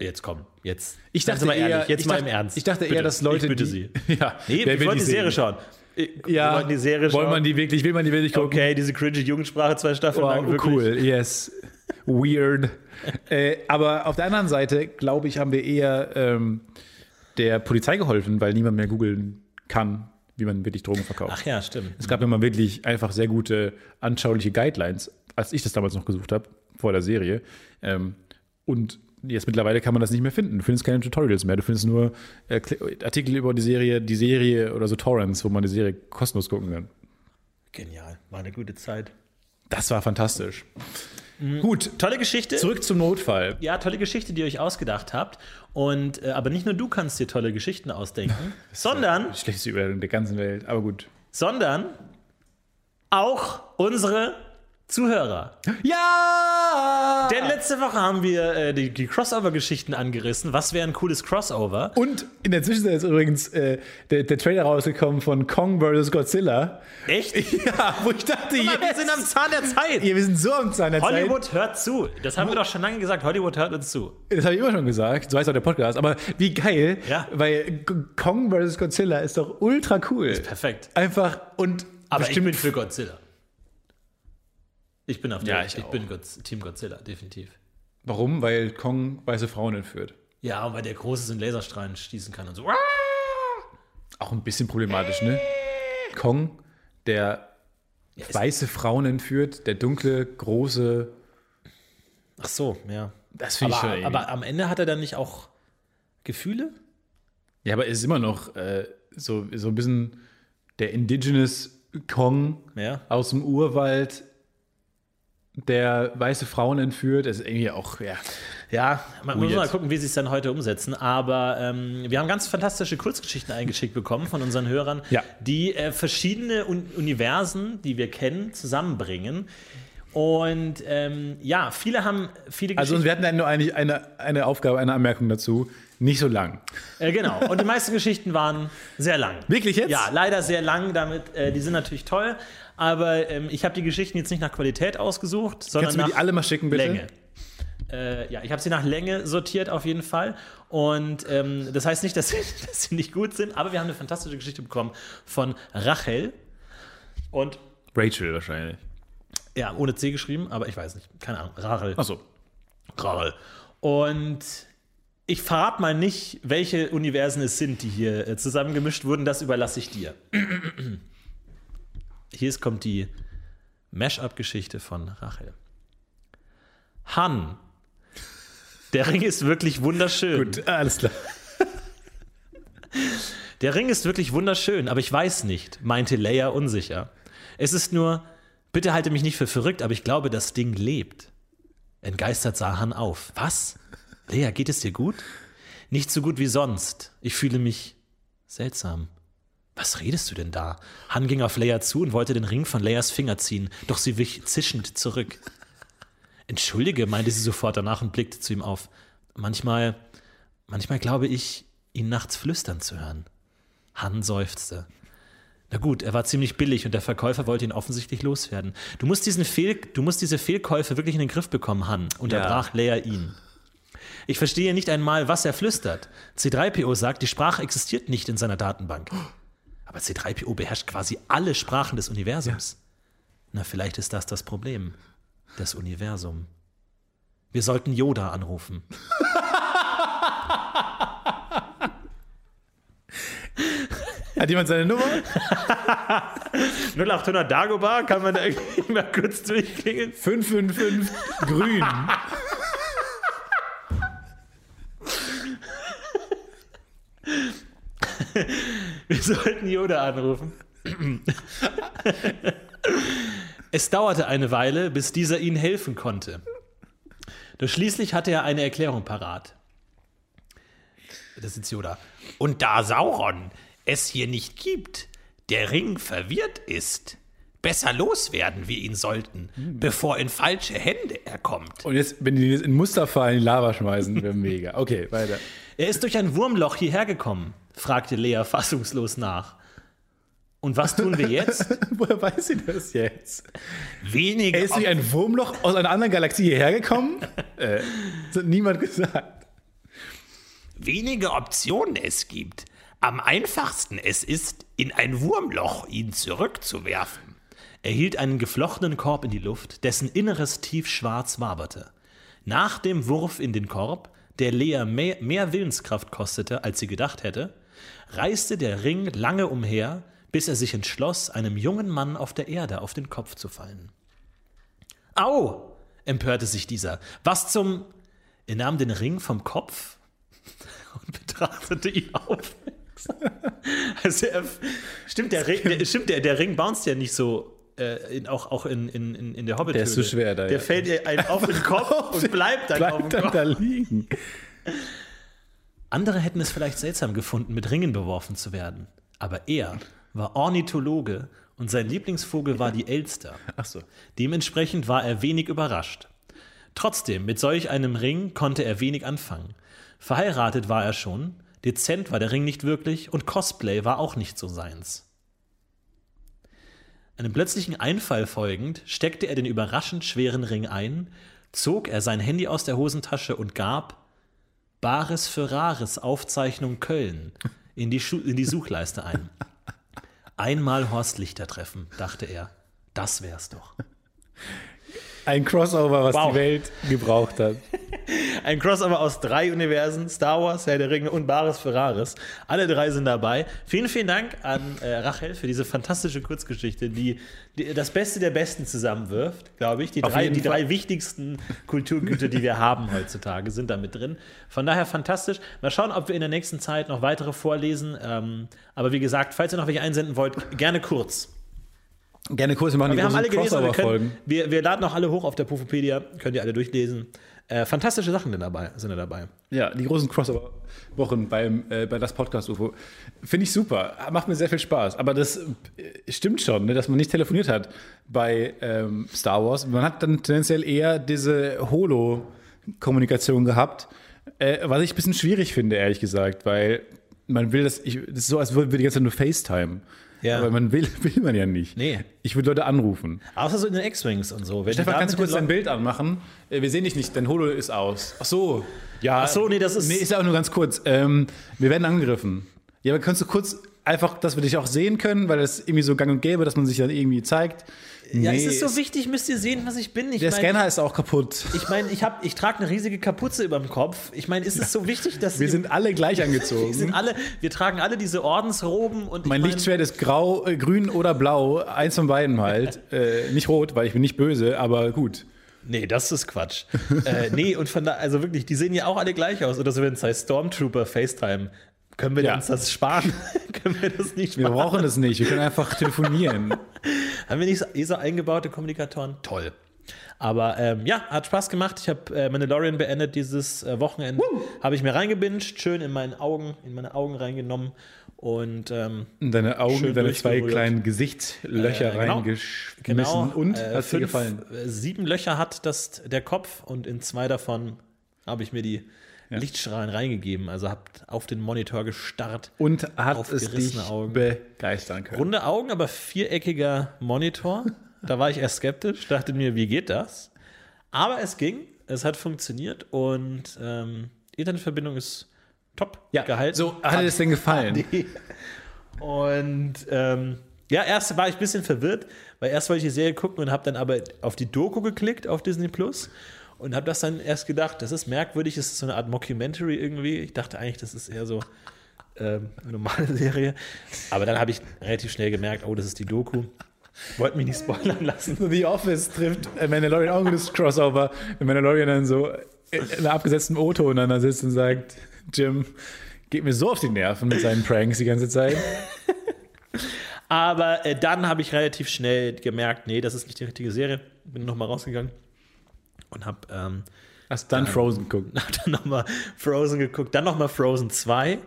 S1: Jetzt komm, jetzt.
S3: ich
S1: Seien
S3: dachte
S1: Sie mal
S3: eher,
S1: ehrlich, jetzt
S3: ich
S1: mal
S3: dachte,
S1: im Ernst.
S3: Ich dachte eher,
S1: Bitte.
S3: dass Leute.
S1: Ich bitte
S3: die-
S1: Sie.
S3: Ja,
S1: Nee,
S3: wer
S1: ich
S3: will
S1: wollte die Serie
S3: sehen?
S1: schauen. Ich,
S3: Ja,
S1: wir wollten die Serie schauen.
S3: Wollen man die wirklich, will man die wirklich gucken?
S1: okay, diese cringe Jugendsprache, zwei Staffeln lang.
S3: Wow,
S1: wirklich.
S3: cool, yes. Weird. äh, aber auf der anderen Seite, glaube ich, haben wir eher ähm, der Polizei geholfen, weil niemand mehr googeln kann, wie man wirklich Drogen verkauft.
S1: Ach ja, stimmt.
S3: Es gab immer wirklich einfach sehr gute, anschauliche Guidelines, als ich das damals noch gesucht habe, vor der Serie. Ähm, und jetzt mittlerweile kann man das nicht mehr finden. Du findest keine Tutorials mehr. Du findest nur äh, Kli- Artikel über die Serie, die Serie oder so Torrents, wo man die Serie kostenlos gucken kann.
S1: Genial, war eine gute Zeit.
S3: Das war fantastisch. Gut,
S1: Tolle Geschichte.
S3: zurück zum Notfall.
S1: Ja, tolle Geschichte, die ihr euch ausgedacht habt. Und äh, aber nicht nur du kannst dir tolle Geschichten ausdenken, sondern,
S3: Schlechteste Überleitung der ganzen Welt, aber gut.
S1: sondern auch unsere Zuhörer.
S3: Ja!
S1: Denn letzte Woche haben wir äh, die, die Crossover-Geschichten angerissen. Was wäre ein cooles Crossover?
S3: Und in der Zwischenzeit ist übrigens äh, der, der Trailer rausgekommen von Kong vs. Godzilla.
S1: Echt?
S3: Ja, wo ich dachte,
S1: Mann, Wir sind am Zahn der Zeit.
S3: Ihr, wir sind so am Zahn der Zeit.
S1: Hollywood hört zu. Das haben wir doch schon lange gesagt. Hollywood hört uns zu.
S3: Das habe ich immer schon gesagt. So heißt auch der Podcast. Aber wie geil,
S1: Ja.
S3: weil G- Kong vs. Godzilla ist doch ultra cool.
S1: Perfekt.
S3: Einfach und
S1: Aber ich
S3: bestimmt
S1: bin für Godzilla. Ich bin auf der
S3: Ja, ich
S1: ich
S3: auch.
S1: bin Godz- Team Godzilla, definitiv.
S3: Warum? Weil Kong weiße Frauen entführt.
S1: Ja, und weil der Großes in Laserstrahlen schießen kann und so.
S3: Auch ein bisschen problematisch, ne? Kong, der weiße Frauen entführt, der dunkle, große.
S1: Ach so, ja.
S3: Das finde ich schon.
S1: Aber, aber am Ende hat er dann nicht auch Gefühle?
S3: ja, aber es ist immer noch äh, so, so ein bisschen der Indigenous Kong
S1: Ja.
S3: aus dem Urwald, der weiße Frauen entführt. Das ist irgendwie auch, ja.
S1: Ja, man muss
S3: Weird.
S1: mal gucken, wie sie es dann heute umsetzen. Aber ähm, wir haben ganz fantastische Kurzgeschichten eingeschickt bekommen von unseren Hörern,
S3: Ja.
S1: die äh, verschiedene Un Universen, die wir kennen, zusammenbringen. Und ähm, ja, viele haben viele Geschichten.
S3: Also wir hatten nur eigentlich eine, eine Aufgabe, eine Anmerkung dazu. Nicht so lang.
S1: Äh, genau. Und die meisten Geschichten waren sehr lang.
S3: Wirklich jetzt?
S1: Ja, leider sehr lang. Damit, äh, die sind natürlich toll. Aber ähm, ich habe die Geschichten jetzt nicht nach Qualität ausgesucht, sondern
S3: Kannst du mir die
S1: nach
S3: alle mal schicken, bitte?
S1: Länge. Äh, ja, ich habe sie nach Länge sortiert auf jeden Fall. Und ähm, das heißt nicht, dass sie, dass sie nicht gut sind, aber wir haben eine fantastische Geschichte bekommen von Rachel. Und
S5: Rachel wahrscheinlich.
S1: ja, ohne C geschrieben, aber ich weiß nicht. Keine Ahnung. Rachel.
S5: Achso.
S1: Rachel. Und ich verrate mal nicht, welche Universen es sind, die hier äh, zusammengemischt wurden. Das überlasse ich dir. Hier ist- kommt die Mash-up-Geschichte von Rachel. Han. Der Ring ist wirklich wunderschön.
S3: Gut, alles klar.
S1: Der Ring ist wirklich wunderschön, aber ich weiß nicht, meinte Leia unsicher. Es ist nur, bitte halte mich nicht für verrückt, aber ich glaube, das Ding lebt. Entgeistert sah Han auf. Was? Leia, geht es dir gut? Nicht so gut wie sonst. Ich fühle mich seltsam. Was redest du denn da? Han ging auf Leia zu und wollte den Ring von Leias Finger ziehen, doch sie wich zischend zurück. Entschuldige, meinte sie sofort danach und blickte zu ihm auf. Manchmal, manchmal glaube ich, ihn nachts flüstern zu hören. Han seufzte. Na gut, er war ziemlich billig und der Verkäufer wollte ihn offensichtlich loswerden. Du musst, diesen Fehl, du musst diese Fehlkäufe wirklich in den Griff bekommen, Han, unterbrach Leia ihn. Ich verstehe nicht einmal, was er flüstert. C3PO sagt, die Sprache existiert nicht in seiner Datenbank. Aber C3PO beherrscht quasi alle Sprachen des Universums. Na, vielleicht ist das das Problem. Das Universum. Wir sollten Yoda anrufen.
S3: Hat jemand seine Nummer?
S1: 0800 Dagobah, kann man da irgendwie mal kurz durchklingeln?
S3: 555 Grün.
S1: Wir sollten Yoda anrufen. es dauerte eine Weile, bis dieser ihnen helfen konnte. Doch schließlich hatte er eine Erklärung parat. Das ist Yoda. Und da Sauron es hier nicht gibt, der Ring verwirrt ist, besser loswerden wir ihn sollten, bevor in falsche Hände er kommt.
S3: Und jetzt, wenn die das in Mustafa in die Lava schmeißen, wäre mega. Okay, weiter.
S1: Er ist durch ein Wurmloch hierher gekommen, fragte Lea fassungslos nach. Und was tun wir jetzt?
S3: Woher weiß sie das jetzt?
S1: Wenig.
S3: Er ist durch ein Wurmloch aus einer anderen Galaxie hierher gekommen? äh, das hat niemand gesagt.
S1: wenige Optionen es gibt. Am einfachsten es ist, in ein Wurmloch ihn zurückzuwerfen. Er hielt einen geflochtenen Korb in die Luft, dessen Inneres tiefschwarz waberte. Nach dem Wurf in den Korb, der Lea mehr, mehr Willenskraft kostete, als sie gedacht hätte, reiste der Ring lange umher, bis er sich entschloss, einem jungen Mann auf der Erde auf den Kopf zu fallen. Au! empörte sich dieser. Was zum. Er nahm den Ring vom Kopf und betrachtete ihn aufmerksam. Also er, stimmt, der Ring, der, stimmt der, der Ring bounced ja nicht so. äh, In, auch auch in, in, in- in der hobbit
S3: Der ist so schwer da,
S1: Der
S3: ja.
S1: fällt ihr einen auf den Kopf und bleibt dann auf
S3: Bleibt
S1: dem
S3: dann
S1: Kopf.
S3: da liegen.
S1: Andere hätten es vielleicht seltsam gefunden, mit Ringen beworfen zu werden. Aber er war Ornithologe und sein Lieblingsvogel war die Elster. Ach so. Dementsprechend war er wenig überrascht. Trotzdem, mit solch einem Ring konnte er wenig anfangen. Verheiratet war er schon, dezent war der Ring nicht wirklich und Cosplay war auch nicht so seins. Einem plötzlichen Einfall folgend steckte er den überraschend schweren Ring ein, zog er sein Handy aus der Hosentasche und gab Bares für Rares Aufzeichnung Köln in die, Schu in die Suchleiste ein. Einmal Horst Lichter treffen, dachte er. Das wär's doch.
S3: Ein Crossover, was
S1: Wow.
S3: die Welt gebraucht hat.
S1: Ein Crossover aus drei Universen: Star Wars, Herr der Ringe und Bares für Rares. Alle drei sind dabei. Vielen, vielen Dank an äh, Rachel für diese fantastische Kurzgeschichte, die, die das Beste der Besten zusammenwirft, glaube ich. Die, drei,
S3: jeden
S1: die
S3: Fall.
S1: drei wichtigsten Kulturgüter, die wir haben heutzutage, sind da mit drin. Von daher fantastisch. Mal schauen, ob wir in der nächsten Zeit noch weitere vorlesen. Ähm, aber wie gesagt, falls ihr noch welche einsenden wollt, gerne kurz.
S3: Gerne kurz, wir machen
S1: Wir haben alle
S3: die
S1: gelesen, und wir, können,
S3: Crossover-Folgen.
S1: wir, wir laden auch alle hoch auf der Pufopedia, könnt ihr alle durchlesen. Äh, fantastische Sachen denn dabei, sind da dabei.
S3: Ja, die großen Crossover-Wochen beim, äh, bei das Podcast-UFO. Finde ich super. Macht mir sehr viel Spaß. Aber das äh, stimmt schon, ne, dass man nicht telefoniert hat bei ähm, Star Wars. Man hat dann tendenziell eher diese Holo-Kommunikation gehabt, äh, was ich ein bisschen schwierig finde, ehrlich gesagt, weil man will das, ich, das ist so, als würden wir die ganze Zeit nur FaceTime.
S1: Ja.
S3: Aber man will, will man ja nicht.
S1: Nee.
S3: Ich würde Leute anrufen.
S1: Außer so in den X-Wings und so. Wenn die
S3: Stefan,
S1: da
S3: kannst du
S1: mit
S3: kurz dein
S1: den
S3: Bild anmachen? Äh, Wir sehen dich nicht, dein Holo ist aus. Ach so. Ja.
S1: Ach so, nee, das ist-
S3: Nee, ist ja auch nur ganz kurz. Ähm, wir werden angegriffen. Ja, aber kannst du kurz einfach, dass wir dich auch sehen können, weil das irgendwie so gang und gäbe, dass man sich dann irgendwie zeigt.
S1: Leuten- Ja,
S3: Nee,
S1: es ist so wichtig, müsst ihr sehen, was ich bin. Ich
S3: Der
S1: mein,
S3: Scanner ist auch kaputt.
S1: Ich meine, ich, hab- ich trage eine riesige Kapuze über dem Kopf. Ich meine, ist es so wichtig, dass
S3: Wir sind alle gleich
S1: wir sind
S3: angezogen.
S1: alle, wir tragen alle diese Ordensroben und ich
S3: Mein
S1: mein,
S3: Lichtschwert ist grau, äh, grün oder blau. Eins von beiden halt. äh, nicht rot, weil ich bin nicht böse, aber gut.
S1: Nee, das ist Quatsch. äh, nee, und von da, also wirklich, die sehen ja auch alle gleich aus. Oder so, wenn es heißt Stormtrooper FaceTime. Können wir
S3: Ja.
S1: uns das sparen? Können wir das nicht
S3: Wir
S1: sparen?
S3: brauchen das nicht. Wir können einfach telefonieren.
S1: Haben wir nicht ESA eingebaute Kommunikatoren? Toll. Aber ähm, ja, hat Spaß gemacht. Ich habe äh, Mandalorian beendet dieses äh, Wochenende. Habe ich mir reingebinscht, schön in meinen Augen, in meine Augen reingenommen. Und ähm,
S3: In deine Augen,
S1: Schön
S3: deine zwei
S1: durchgerührt.
S3: kleinen Gesichtslöcher
S1: Äh, genau.
S3: reingeschmissen.
S1: genau.
S3: Und
S1: äh,
S3: hat's dir
S1: fünf,
S3: gefallen?
S1: äh, Sieben Löcher hat das, der Kopf und in zwei davon habe ich mir die Lichtstrahlen reingegeben. Also habt auf den Monitor gestarrt.
S3: Und hat es
S1: Aufgerissene
S3: dich
S1: Augen.
S3: begeistern können.
S1: Runde Augen, aber viereckiger Monitor. Da war ich erst skeptisch, dachte mir, wie geht das? Aber es ging, es hat funktioniert und ähm, Internetverbindung ist top gehalten.
S3: So, hat dir das denn gefallen?
S1: Und ähm, ja, erst war ich ein bisschen verwirrt, weil erst wollte ich die Serie gucken und habe dann aber auf die Doku geklickt auf Disney Plus und habe das dann erst gedacht, das ist merkwürdig, es ist so eine Art Mockumentary irgendwie. Ich dachte eigentlich, das ist eher so ähm, eine normale Serie. Aber dann habe ich relativ schnell gemerkt, oh, das ist die Doku. Wollte mich nicht spoilern lassen.
S3: The Office trifft äh, Mandalorian auch ein gutes Crossover. Wenn Mandalorian dann so äh, in einer abgesetzten O-Ton dann da sitzt und sagt, Jim geht mir so auf die Nerven mit seinen Pranks die ganze Zeit.
S1: Aber äh, dann habe ich relativ schnell gemerkt, nee, das ist nicht die richtige Serie. Bin nochmal rausgegangen und habe ähm,
S3: Hast dann Frozen geguckt.
S1: hab dann nochmal Frozen geguckt, dann nochmal Frozen 2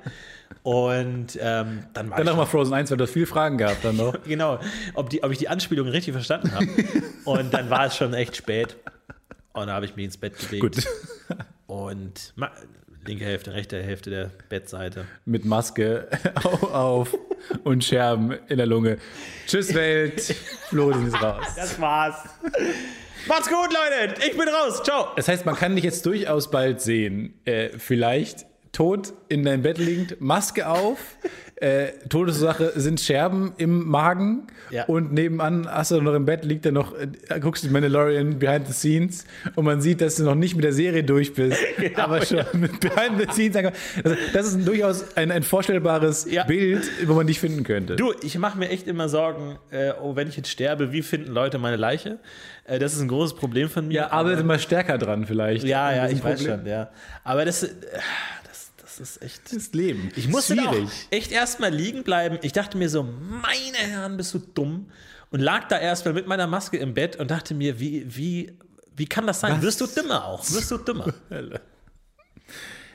S1: und ähm, dann war ich
S3: Dann nochmal Frozen 1, weil du viele Fragen gehabt dann noch.
S1: genau, ob, die, ob ich die Anspielung richtig verstanden habe. und dann war es schon echt spät und da habe ich mich ins Bett gelegt
S3: Gut.
S1: und ma- linke Hälfte, rechte Hälfte der Bettseite.
S3: Mit Maske auf und Scherben in der Lunge. Tschüss, Welt. Florentin ist raus.
S1: Das war's. Macht's gut, Leute. Ich bin raus. Ciao.
S3: Das heißt, man kann dich jetzt durchaus bald sehen. Äh, vielleicht tot in deinem Bett liegend, Maske auf. Äh, Todesursache sind Scherben im Magen.
S1: Ja.
S3: Und nebenan, hast du noch im Bett, liegt er noch, äh, guckst du Mandalorian Behind the Scenes und man sieht, dass du noch nicht mit der Serie durch bist,
S1: Genau,
S3: aber schon mit Behind the Scenes. angekommen. Also, das ist ein, durchaus ein, ein vorstellbares
S1: Ja.
S3: Bild, wo man dich finden könnte.
S1: Du, ich mache mir echt immer Sorgen, äh, oh, wenn ich jetzt sterbe, wie finden Leute meine Leiche? Äh, das ist ein großes Problem von mir.
S3: ja, arbeite mal stärker dran vielleicht.
S1: Ja,
S3: an
S1: ja,
S3: diesem
S1: ich weiß
S3: Problem.
S1: schon, ja. Aber das, äh, das, das ist echt.
S3: Das Leben.
S1: Ich musste da auch
S3: Schwierig.
S1: echt erstmal liegen bleiben. Ich dachte mir so, meine Herren, bist du dumm? Und lag da erstmal mit meiner Maske im Bett und dachte mir, wie, wie, wie kann das sein? Wirst du dümmer auch? Wirst du dümmer?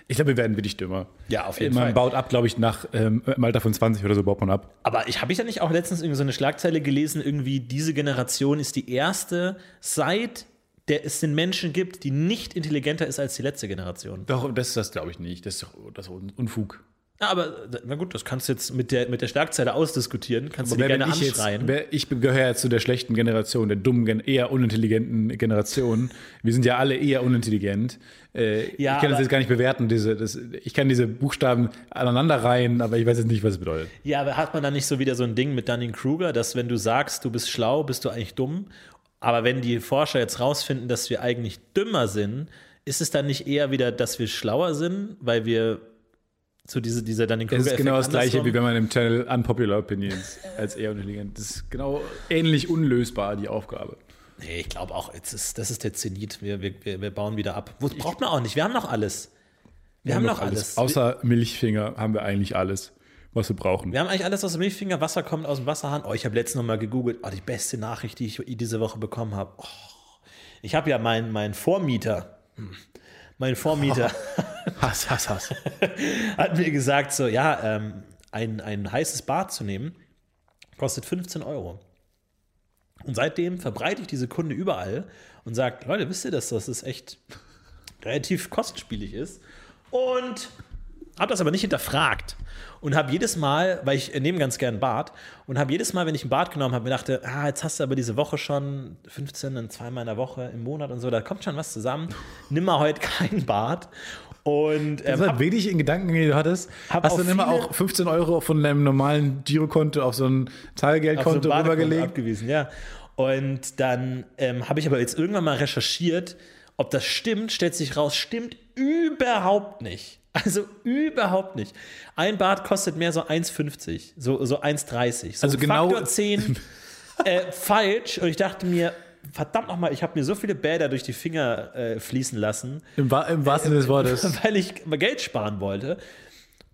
S3: Ich glaube, wir werden wirklich dümmer.
S1: Ja, auf jeden
S3: man
S1: Fall.
S3: baut ab, glaube ich, nach ähm, im Alter von 20 oder so baut man ab.
S1: Aber ich habe ich da nicht auch letztens irgendwie so eine Schlagzeile gelesen, irgendwie diese Generation ist die erste, seit der es den Menschen gibt, die nicht intelligenter ist als die letzte Generation.
S3: Doch, das, das glaube ich nicht. Das ist doch das ist Unfug.
S1: Na, aber na gut, das kannst du jetzt mit der, mit der Schlagzeile ausdiskutieren. Kannst du
S3: Wer
S1: dir
S3: bin
S1: gerne
S3: ich jetzt?
S1: anschreien.
S3: Wer, ich gehöre ja zu der schlechten Generation, der dummen, Gen- eher unintelligenten Generation. Wir sind ja alle eher unintelligent. Äh,
S1: Ja,
S3: ich kann das
S1: aber-
S3: jetzt gar nicht bewerten. Diese, das, ich kann diese Buchstaben aneinanderreihen, aber ich weiß jetzt nicht, was es bedeutet.
S1: Ja, aber hat man dann nicht so wieder so ein Ding mit Dunning-Kruger, dass wenn du sagst, du bist schlau, bist du eigentlich dumm? Aber wenn die Forscher jetzt rausfinden, dass wir eigentlich dümmer sind, ist es dann nicht eher wieder, dass wir schlauer sind, weil wir so diese, dieser
S3: Es
S1: Dunning-Kruger
S3: ist genau das gleiche, wie wenn man im Channel Unpopular Opinions als eher unintelligent. Das ist genau ähnlich unlösbar, die Aufgabe.
S1: Nee, ich glaube auch, jetzt ist, das ist der Zenit. Wir, wir, wir wir bauen wieder ab. Wo, braucht man auch nicht. Wir haben noch alles. Wir, haben noch alles.
S3: Außer Milchfinger haben wir eigentlich alles, was wir brauchen.
S1: Wir haben eigentlich alles aus dem Milchfinger. Wasser kommt aus dem Wasserhahn. Oh, ich habe letztens noch mal gegoogelt. Oh, die beste Nachricht, die ich diese Woche bekommen habe. Oh, ich habe ja meinen meinen Vormieter. hm, Mein Vormieter
S3: Hass, Hass, Hass.
S1: hat mir gesagt, so, ja, ähm, ein, ein heißes Bad zu nehmen, kostet 15 Euro. Und seitdem verbreite ich diese Kunde überall und sage, Leute, wisst ihr das, dass es echt relativ kostspielig ist? Und Hab das aber nicht hinterfragt und habe jedes Mal, weil ich äh, nehme ganz gern Bad und habe jedes Mal, wenn ich einen Bad genommen habe, mir dachte, ah, jetzt hast du aber diese Woche schon 15 und zweimal in der Woche im Monat und so, da kommt schon was zusammen. Nimm mal heute kein Bad. Und ähm,
S3: Das war wenig in Gedanken, die du hattest.
S1: hab
S3: Hast
S1: auch
S3: du dann immer
S1: viele-
S3: auch 15 Euro von deinem normalen Girokonto auf so ein
S1: Auf so
S3: Teilgeldkonto
S1: ein Badekonto
S3: rübergelegt?
S1: Also Abgewiesen, ja. Und dann ähm, habe ich aber jetzt irgendwann mal recherchiert, ob das stimmt, stellt sich raus, stimmt überhaupt nicht. Also überhaupt nicht. Ein Bad kostet mehr so 1,50, so, so 1,30. So
S3: Also genau-
S1: Faktor 10 äh, falsch. Und ich dachte mir, verdammt nochmal, ich habe mir so viele Bäder durch die Finger äh, fließen lassen
S3: Im, wa- im wahrsten Sinne des Wortes.
S1: weil ich Geld sparen wollte.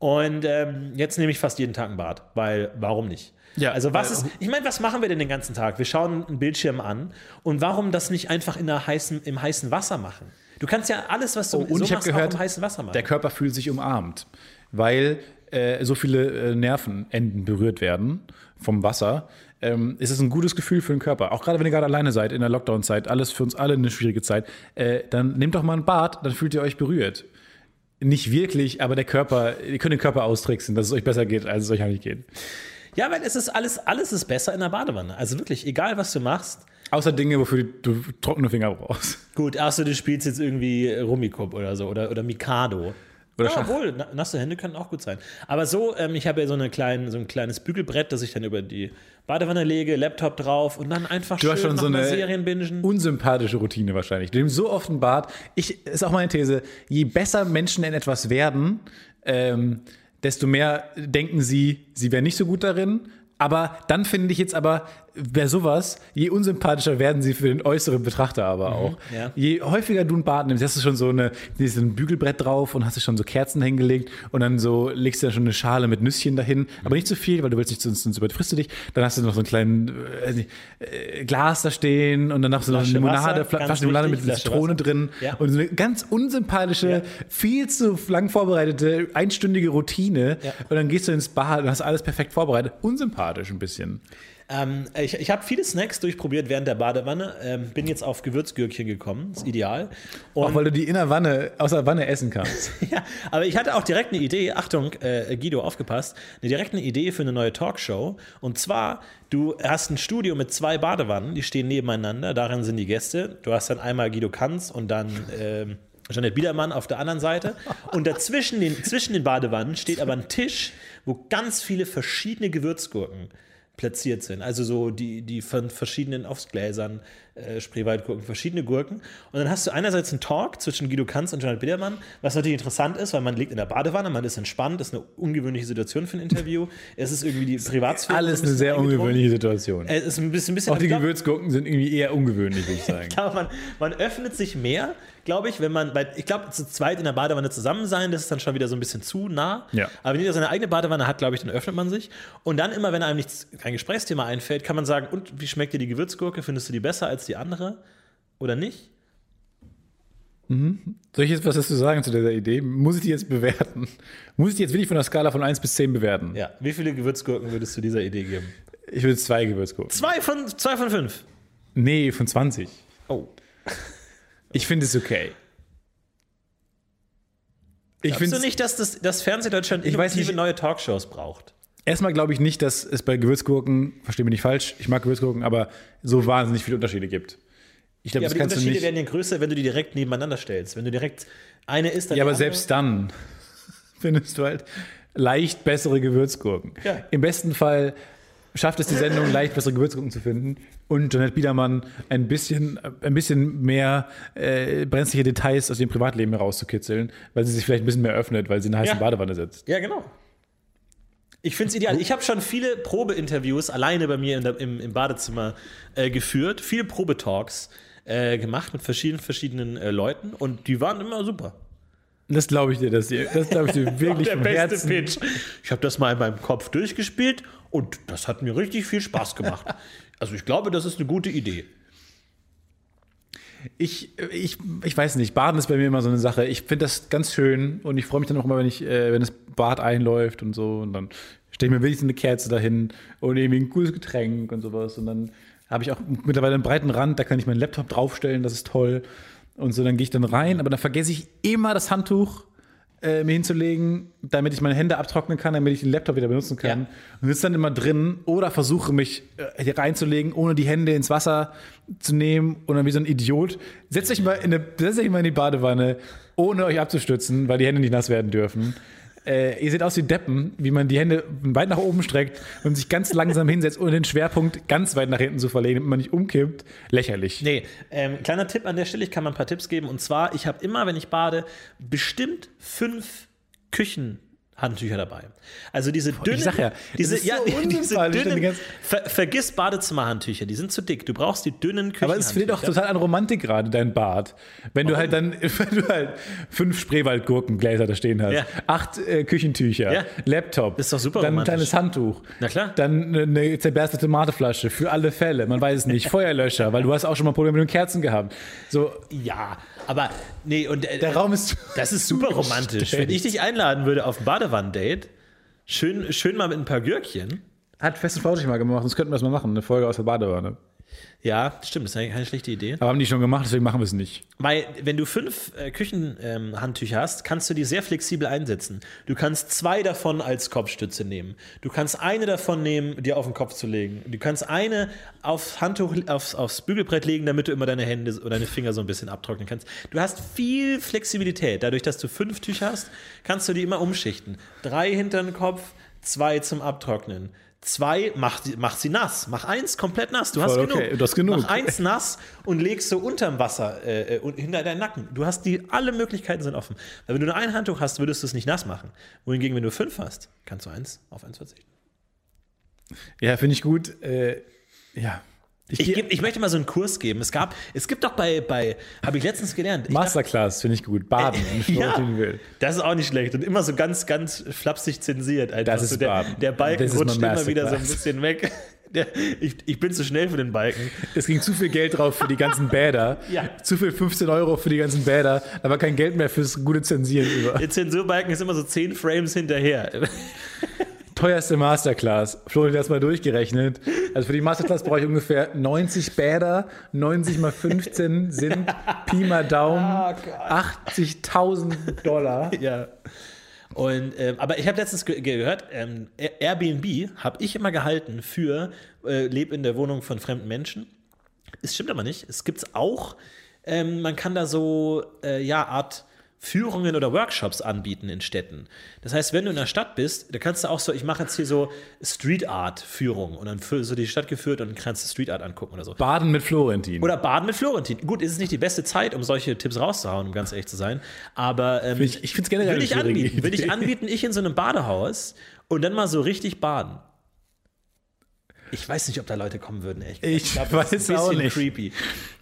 S1: Und ähm, jetzt nehme ich fast jeden Tag ein Bad, weil warum nicht?
S3: Ja,
S1: also was
S3: weil-
S1: ist, ich meine, was machen wir denn den ganzen Tag? Wir schauen einen Bildschirm an und warum das nicht einfach in der heißen, im heißen Wasser machen? Du kannst ja alles, was du
S3: Oh, und ich hab
S1: machst,
S3: gehört,
S1: auch im heißen Wasser machen.
S3: Der Körper fühlt sich umarmt, weil äh, so viele äh, Nervenenden berührt werden vom Wasser. Ähm, ist es ein gutes Gefühl für den Körper. Auch gerade wenn ihr gerade alleine seid in der Lockdown-Zeit, alles für uns alle eine schwierige Zeit, äh, dann nehmt doch mal ein Bad, dann fühlt ihr euch berührt. Nicht wirklich, aber der Körper, ihr könnt den Körper austricksen, dass es euch besser geht, als es euch eigentlich geht.
S1: ja, weil es ist alles, alles ist besser in der Badewanne. Also wirklich, egal was du machst.
S3: Außer Dinge, wofür du trockene Finger brauchst.
S1: Gut, achso, du spielst jetzt irgendwie Rummikub oder so oder, oder Mikado.
S3: Oder
S1: ja,
S3: Schach.
S1: obwohl, na- nasse Hände können auch gut sein. Aber so, ähm, ich habe ja so, eine kleinen, so ein kleines Bügelbrett, das ich dann über die Badewanne lege, Laptop drauf und dann einfach
S3: Du hast schon so
S1: noch mal
S3: eine
S1: Serien bingen.
S3: unsympathische Routine wahrscheinlich. Du nimmst so oft einen Bart. Ich, ist auch meine These, je besser Menschen in etwas werden, ähm, desto mehr denken sie, sie wären nicht so gut darin. Aber dann finde ich jetzt aber, bei sowas, je unsympathischer werden sie für den äußeren Betrachter aber auch.
S1: ja.
S3: Je häufiger du einen Bart nimmst, hast du schon so eine, so ein Bügelbrett drauf und hast du schon so Kerzen hingelegt und dann so legst du dann schon eine Schale mit Nüsschen dahin, aber nicht zu viel, weil du willst nicht, sonst, sonst überfrisst du dich. Dann hast du noch so einen kleinen äh, weiß nicht, äh, Glas da stehen und dann hast du noch eine
S1: Flasche
S3: Limonade,
S1: Wasser,
S3: Fla
S1: ganz
S3: Flasche Limonade mit
S1: wichtig, Flasche
S3: Zitrone
S1: Wasser.
S3: drin
S1: Ja.
S3: und so eine ganz unsympathische, viel zu lang vorbereitete, einstündige Routine und dann gehst du ins Bad und hast alles perfekt vorbereitet. Unsympathisch ein bisschen.
S1: Ähm, ich ich habe viele Snacks durchprobiert während der Badewanne. Ähm, bin jetzt auf Gewürzgürkchen gekommen, ist ideal.
S3: Auch
S1: Und,
S3: weil du die in der Wanne, aus der Wanne essen kannst.
S1: ja, aber ich hatte auch direkt eine Idee, Achtung, äh, Guido, aufgepasst, eine direkte Idee für eine neue Talkshow. Und zwar, du hast ein Studio mit zwei Badewannen, die stehen nebeneinander, darin sind die Gäste. Du hast dann einmal Guido Kanz und dann ähm, Janet Biedermann auf der anderen Seite. Und dazwischen den, zwischen den Badewannen steht aber ein Tisch, wo ganz viele verschiedene Gewürzgurken platziert sind. Also so die, die von verschiedenen Aufsgläsern, äh, Spreewaldgurken, verschiedene Gurken. Und dann hast du einerseits einen Talk zwischen Guido Kanz und Jonathan Biedermann, was natürlich interessant ist, weil man liegt in der Badewanne, man ist entspannt, ist eine ungewöhnliche Situation für ein Interview. Es ist irgendwie die Privatsphäre.
S3: Alles
S1: ein
S3: eine
S1: bisschen
S3: sehr
S1: eingedrungen.
S3: ungewöhnliche Situation.
S1: Es ist ein bisschen, ein bisschen
S3: Auch die
S1: Äh, ich glaub-
S3: Gewürzgurken sind irgendwie eher ungewöhnlich, würde ich sagen.
S1: aber man, man öffnet sich mehr, glaube ich, wenn man, weil ich glaube, zu zweit in der Badewanne zusammen sein, das ist dann schon wieder so ein bisschen zu nah.
S3: Ja.
S1: Aber wenn jeder seine eigene Badewanne hat, glaube ich, dann öffnet man sich. Und dann immer, wenn einem nichts, kein Gesprächsthema einfällt, kann man sagen, und wie schmeckt dir die Gewürzgurke? Findest du die besser als die andere oder nicht?
S3: Soll ich jetzt was dazu sagen zu dieser Idee? Muss ich die jetzt bewerten? Muss ich die jetzt wirklich von der Skala von 1 bis 10 bewerten?
S1: Ja. Wie viele Gewürzgurken würdest du dieser Idee geben?
S3: Ich würde zwei Gewürzgurken.
S1: Zwei von, zwei von fünf.
S3: Nee, von 20.
S1: Oh.
S3: Ich finde es okay. Ich
S1: Findest
S3: finde
S1: du nicht, dass das, das Fernsehdeutschland
S3: Ich weiß
S1: innovative
S3: nicht-
S1: neue Talkshows braucht?
S3: erstmal glaube ich nicht, dass es bei Gewürzgurken, verstehe mich nicht falsch, ich mag Gewürzgurken, aber so wahnsinnig viele Unterschiede gibt. Ich glaube,
S1: Ja,
S3: das
S1: aber die
S3: kannst du
S1: Unterschiede
S3: nicht.
S1: werden ja größer, wenn du die direkt nebeneinander stellst. Wenn du direkt eine ist, dann die
S3: Ja, aber
S1: andere.
S3: selbst dann findest du halt leicht bessere Gewürzgurken.
S1: Ja.
S3: Im besten Fall schafft es die Sendung, leicht bessere Gewürzgurken zu finden und Janet Biedermann ein bisschen, äh, ein bisschen mehr äh, brenzliche Details aus ihrem Privatleben herauszukitzeln, weil sie sich vielleicht ein bisschen mehr öffnet, weil sie in einer heißen
S1: Ja.
S3: Badewanne sitzt.
S1: Ja, genau. Ich finde es ideal. Ich habe schon viele Probeinterviews alleine bei mir in der, im, im Badezimmer äh, geführt, viele Probetalks äh, gemacht mit verschiedenen, verschiedenen äh, Leuten und die waren immer super.
S3: Das glaube ich dir, dass dir, das glaube ich dir wirklich
S1: Der
S3: vom
S1: beste
S3: Herzen.
S1: Pitch. Ich habe das mal in meinem Kopf durchgespielt und das hat mir richtig viel Spaß gemacht. Also ich glaube, das ist eine gute Idee.
S3: Ich, ich, ich weiß nicht, Baden ist bei mir immer so eine Sache. Ich finde das ganz schön und ich freue mich dann auch immer, wenn ich, äh, wenn das Bad einläuft und so. Und dann stelle ich mir wenigstens eine Kerze dahin und irgendwie ein cooles Getränk und sowas. Und dann habe ich auch mittlerweile einen breiten Rand, da kann ich meinen Laptop draufstellen, das ist toll. Und so, dann gehe ich dann rein, aber dann vergesse ich immer das Handtuch äh, mir hinzulegen, damit ich meine Hände abtrocknen kann, damit ich den Laptop wieder benutzen kann. Und sitze dann immer drin oder versuche mich äh, hier reinzulegen, ohne die Hände ins Wasser zu nehmen und dann wie so ein Idiot. Setzt euch mal in, eine, setzt euch mal in die Badewanne, ohne euch abzustützen, weil die Hände nicht nass werden dürfen. Äh, ihr seht aus wie Deppen, wie man die Hände weit nach oben streckt und sich ganz langsam hinsetzt, ohne den Schwerpunkt ganz weit nach hinten zu verlegen, damit man nicht umkippt. Lächerlich.
S1: Nee, ähm, kleiner Tipp an der Stelle, ich kann mal ein paar Tipps geben. Und zwar, ich habe immer, wenn ich bade, bestimmt fünf Küchenhandtücher dabei. Also diese dünnen,
S3: sag ja, es
S1: diese,
S3: ist
S1: ja,
S3: so
S1: nee, diese
S3: unsympathisch, die
S1: dünnen,
S3: ganze-
S1: ver, vergiss Badezimmerhandtücher, die sind zu dick. Du brauchst die dünnen Küchenhandtücher.
S3: Aber es fehlt doch total an Romantik gerade, dein Bart. Wenn du halt dann, wenn du halt fünf Spreewaldgurkengläser da stehen hast,
S1: Ja.
S3: acht äh, Küchentücher,
S1: Ja.
S3: Laptop,
S1: Ist doch super
S3: dann ein
S1: romantisch.
S3: kleines Handtuch.
S1: Na klar.
S3: Dann eine- eine zerberstete Mateflasche für alle Fälle, man weiß es nicht, Feuerlöscher, weil du hast auch schon mal Probleme mit den Kerzen gehabt. So,
S1: Ja, aber nee, und äh,
S3: der Raum ist
S1: das ist super romantisch. Wenn ich dich einladen würde auf ein Badewann-Date, schön, schön mal mit ein paar Gürkchen.
S3: Hat fest und flauschig mal gemacht, sonst könnten wir das mal machen, eine Folge aus der Badewanne.
S1: Ja, stimmt, das ist eigentlich keine schlechte Idee.
S3: Aber haben die schon gemacht, deswegen machen wir es nicht.
S1: Weil, wenn du fünf äh, Küchenhandtücher ähm, Handtücher hast, kannst du die sehr flexibel einsetzen. Du kannst zwei davon als Kopfstütze nehmen. Du kannst eine davon nehmen, dir auf den Kopf zu legen. Du kannst eine aufs Handtuch, aufs, aufs Bügelbrett legen, damit du immer deine Hände oder deine Finger so ein bisschen abtrocknen kannst. Du hast viel Flexibilität. Dadurch, dass du fünf Tücher hast, kannst du die immer umschichten. Drei hinter den Kopf, zwei zum Abtrocknen. Zwei, mach, die- mach sie nass. Mach eins komplett nass. Du hast
S3: Voll
S1: genug.
S3: okay, du hast genug.
S1: Mach eins nass und legst so unterm Wasser äh, äh, und hinter deinen Nacken. Du hast die, alle Möglichkeiten sind offen. Weil wenn du nur ein Handtuch hast, würdest du es nicht nass machen. Wohingegen, wenn du fünf hast, kannst du eins auf eins verzichten.
S3: Ja, finde ich gut. Äh, ja.
S1: Ich, geb, ich möchte mal so einen Kurs geben. Es gab, es gibt doch bei, bei habe ich letztens gelernt. Ich
S3: Masterclass finde ich gut. Baden, wenn ich
S1: Ja.
S3: dorthin will.
S1: Das ist auch nicht schlecht und immer so ganz, ganz flapsig zensiert. Einfach.
S3: Das ist
S1: so der,
S3: Baden.
S1: der Balken
S3: Das ist
S1: rutscht
S3: mal
S1: immer wieder so ein
S3: Masterclass.
S1: bisschen weg. Der, ich, ich bin zu schnell für den Balken.
S3: Es ging zu viel Geld drauf für die ganzen Bäder.
S1: Ja.
S3: Zu viel 15 Euro für die ganzen Bäder. Da war kein Geld mehr fürs gute Zensieren über.
S1: Der Zensurbalken ist immer so zehn Frames hinterher.
S3: Teuerste Masterclass. Florian hat das mal durchgerechnet. Also für die Masterclass brauche ich ungefähr 90 Bäder. 90 mal 15 sind Pi mal Daumen
S1: Ah,
S3: 80.000 Dollar.
S1: Ja. Und, ähm, aber ich habe letztens ge gehört, ähm, Air- Airbnb habe ich immer gehalten für äh, Leb in der Wohnung von fremden Menschen. Es stimmt aber nicht. Es gibt es auch. Ähm, man kann da so, äh, ja, Art Führungen oder Workshops anbieten in Städten. Das heißt, wenn du in der Stadt bist, da kannst du auch so, ich mache jetzt hier so Street Art Führung und dann für so die Stadt geführt und kannst du Street Art angucken oder so.
S3: Baden mit Florentin.
S1: Oder Baden mit Florentin. Gut, ist es nicht die beste Zeit, um solche Tipps rauszuhauen, um ganz ehrlich zu sein. Aber ähm,
S3: ich ich finde es generell
S1: will
S3: eine
S1: ich
S3: schwierige
S1: anbieten. Will
S3: Idee.
S1: ich anbieten, ich in so einem Badehaus und dann mal so richtig baden. Ich weiß nicht, ob da Leute kommen würden, echt.
S3: Ich
S1: das ist ein
S3: weiß auch
S1: bisschen
S3: nicht.
S1: creepy.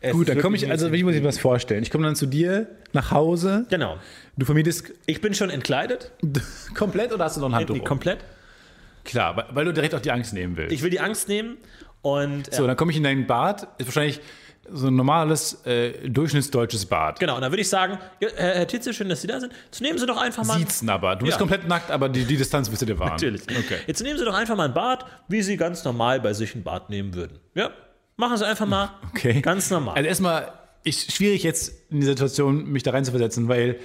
S1: Es ist
S3: Gut, dann komme
S1: wirklich
S3: ich,
S1: ein
S3: also
S1: bisschen
S3: ich muss mir
S1: creepy.
S3: was vorstellen. Ich komme dann zu dir nach Hause.
S1: Genau.
S3: Du vermietest
S1: Ich bin schon entkleidet.
S3: komplett oder hast du noch ein Handtuch?
S1: Nee,
S3: um?
S1: komplett.
S3: Klar, weil- weil du direkt auch die Angst nehmen willst.
S1: Ich will die Angst nehmen und. äh,
S3: so, dann komme ich in dein Bad. Ist wahrscheinlich so ein normales, äh, durchschnittsdeutsches Bad.
S1: Genau, und dann würde ich sagen, ja, Herr, Herr Titze, schön, dass Sie da sind. Jetzt nehmen Sie doch einfach mal.
S3: Sieht's aber. Du
S1: Genau. Ja.
S3: bist komplett nackt, aber die, die Distanz willst du dir wahren.
S1: Natürlich.
S3: Okay.
S1: Jetzt nehmen Sie doch einfach mal ein Bad, wie Sie ganz normal bei sich ein Bad nehmen würden. Ja, machen Sie einfach mal
S3: Okay.
S1: ganz normal.
S3: Also erstmal, ich, schwierig jetzt in die Situation, mich da reinzuversetzen, weil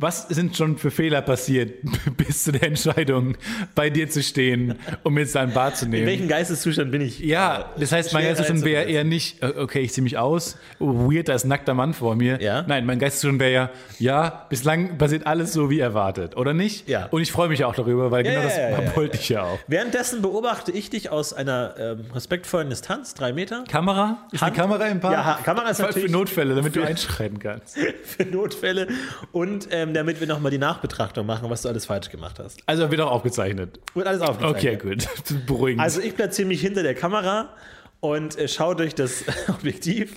S3: was sind schon für Fehler passiert bis zu der Entscheidung, bei dir zu stehen, um jetzt dein Bad zu nehmen?
S1: In welchem Geisteszustand bin ich?
S3: Ja, das heißt, mein
S1: Äh, schwer
S3: Geisteszustand wäre
S1: einzuschätzen.
S3: eher nicht, äh, okay, ich ziehe mich aus, oh, weird, da ist ein nackter Mann vor mir.
S1: Ja.
S3: Nein, mein Geisteszustand wäre ja, ja, bislang passiert alles so wie erwartet, oder nicht?
S1: Ja.
S3: Und ich freue mich auch darüber, weil genau
S1: ja,
S3: das
S1: ja, ja,
S3: wollte ich ja auch.
S1: Währenddessen beobachte ich dich aus einer ähm, respektvollen Distanz, drei Meter.
S3: Kamera? Ist
S1: Hand-
S3: eine Kamera im Bad?
S1: Ja, Ha- Kamera ist
S3: Für-
S1: natürlich-
S3: Für Notfälle, damit du einschreiten kannst.
S1: für Notfälle und ähm, damit wir nochmal die Nachbetrachtung machen, was du alles falsch gemacht hast.
S3: Also wird auch aufgezeichnet.
S1: Wird alles aufgezeichnet.
S3: Okay, gut. Beruhigend. Also,
S1: Also ich platziere mich hinter der Kamera und äh, schaue durch das Objektiv.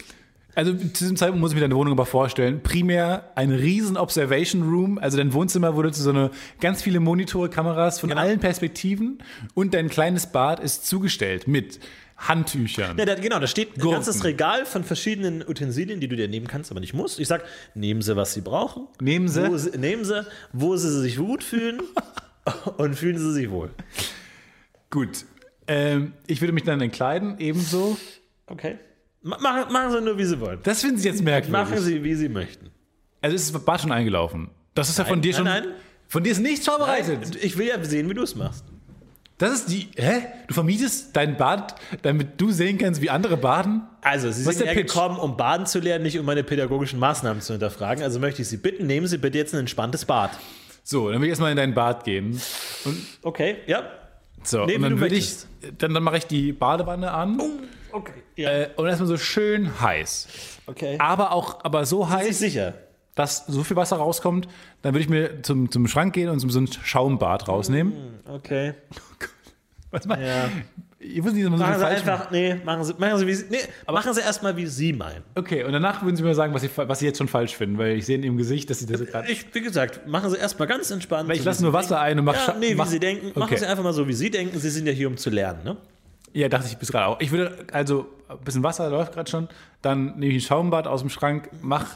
S3: Also, zu diesem Zeitpunkt muss ich mir deine Wohnung aber vorstellen. Primär ein riesen Observation Room. Also dein Wohnzimmer wurde zu so eine ganz viele Monitore, Kameras von
S1: Genau.
S3: allen Perspektiven und dein kleines Bad ist zugestellt mit Handtüchern.
S1: Ja, da, genau, da steht ein
S3: Gurken.
S1: ganzes Regal von verschiedenen Utensilien, die du dir nehmen kannst, aber nicht musst. Ich sag, nehmen Sie, was Sie brauchen.
S3: Nehmen Sie.
S1: Wo sie nehmen Sie, wo Sie sich gut fühlen und fühlen Sie sich wohl.
S3: Gut. Ähm, ich würde mich dann entkleiden, ebenso.
S1: Okay. Ma- Machen, machen Sie nur, wie Sie wollen.
S3: Das finden sie jetzt
S1: Machen
S3: merkwürdig.
S1: Sie, wie Sie möchten.
S3: Also ist das Bad schon eingelaufen. Das ist ja von dir
S1: nein,
S3: schon.
S1: nein.
S3: Von dir ist nichts vorbereitet.
S1: Ich will ja sehen, wie du es machst.
S3: Das ist die. Hä? Du vermietest dein Bad, damit du sehen kannst, wie andere baden?
S1: Also, Sie
S3: Was ist
S1: sind
S3: der
S1: ja
S3: Pitch?
S1: gekommen, um baden zu lernen, nicht um meine pädagogischen Maßnahmen zu hinterfragen. Also möchte ich Sie bitten, nehmen Sie bitte jetzt ein entspanntes Bad.
S3: So, dann will ich erstmal in dein Bad gehen.
S1: Okay, ja.
S3: So,
S1: Nee,
S3: und
S1: wie
S3: dann
S1: du
S3: will ich. Dann, dann mache ich die Badewanne an.
S1: Oh. Okay. Ja.
S3: Äh, und erstmal so schön heiß.
S1: okay.
S3: Aber auch, aber so
S1: Bin ich
S3: heiß,
S1: sicher.
S3: dass so viel Wasser rauskommt, dann würde ich mir zum, zum Schrank gehen und so so ein Schaumbad rausnehmen.
S1: Okay.
S3: Warte mal.
S1: Mm. Ja.
S3: Ich muss nicht immer so
S1: Machen Sie
S3: falsch machen.
S1: einfach, nee, machen Sie, machen Sie, wie Sie, nee, machen Sie erstmal, wie Sie meinen.
S3: Okay, und danach würden Sie mir sagen, was Sie, fa- was Sie jetzt schon falsch finden, weil ich sehe in Ihrem Gesicht, dass Sie das gerade.
S1: Ich, wie gesagt, machen Sie erstmal ganz entspannt.
S3: Ich
S1: so
S3: lasse
S1: wie
S3: nur
S1: Sie
S3: Wasser ein und mache
S1: denken. Ja, nee, wie
S3: mach,
S1: Sie denken, machen
S3: Okay.
S1: Sie einfach mal so, wie Sie denken. Sie sind ja hier, um zu lernen, ne?
S3: Ja, dachte ich bis gerade auch. Ich würde, also, ein bisschen Wasser läuft gerade schon. Dann nehme ich ein Schaumbad aus dem Schrank, mach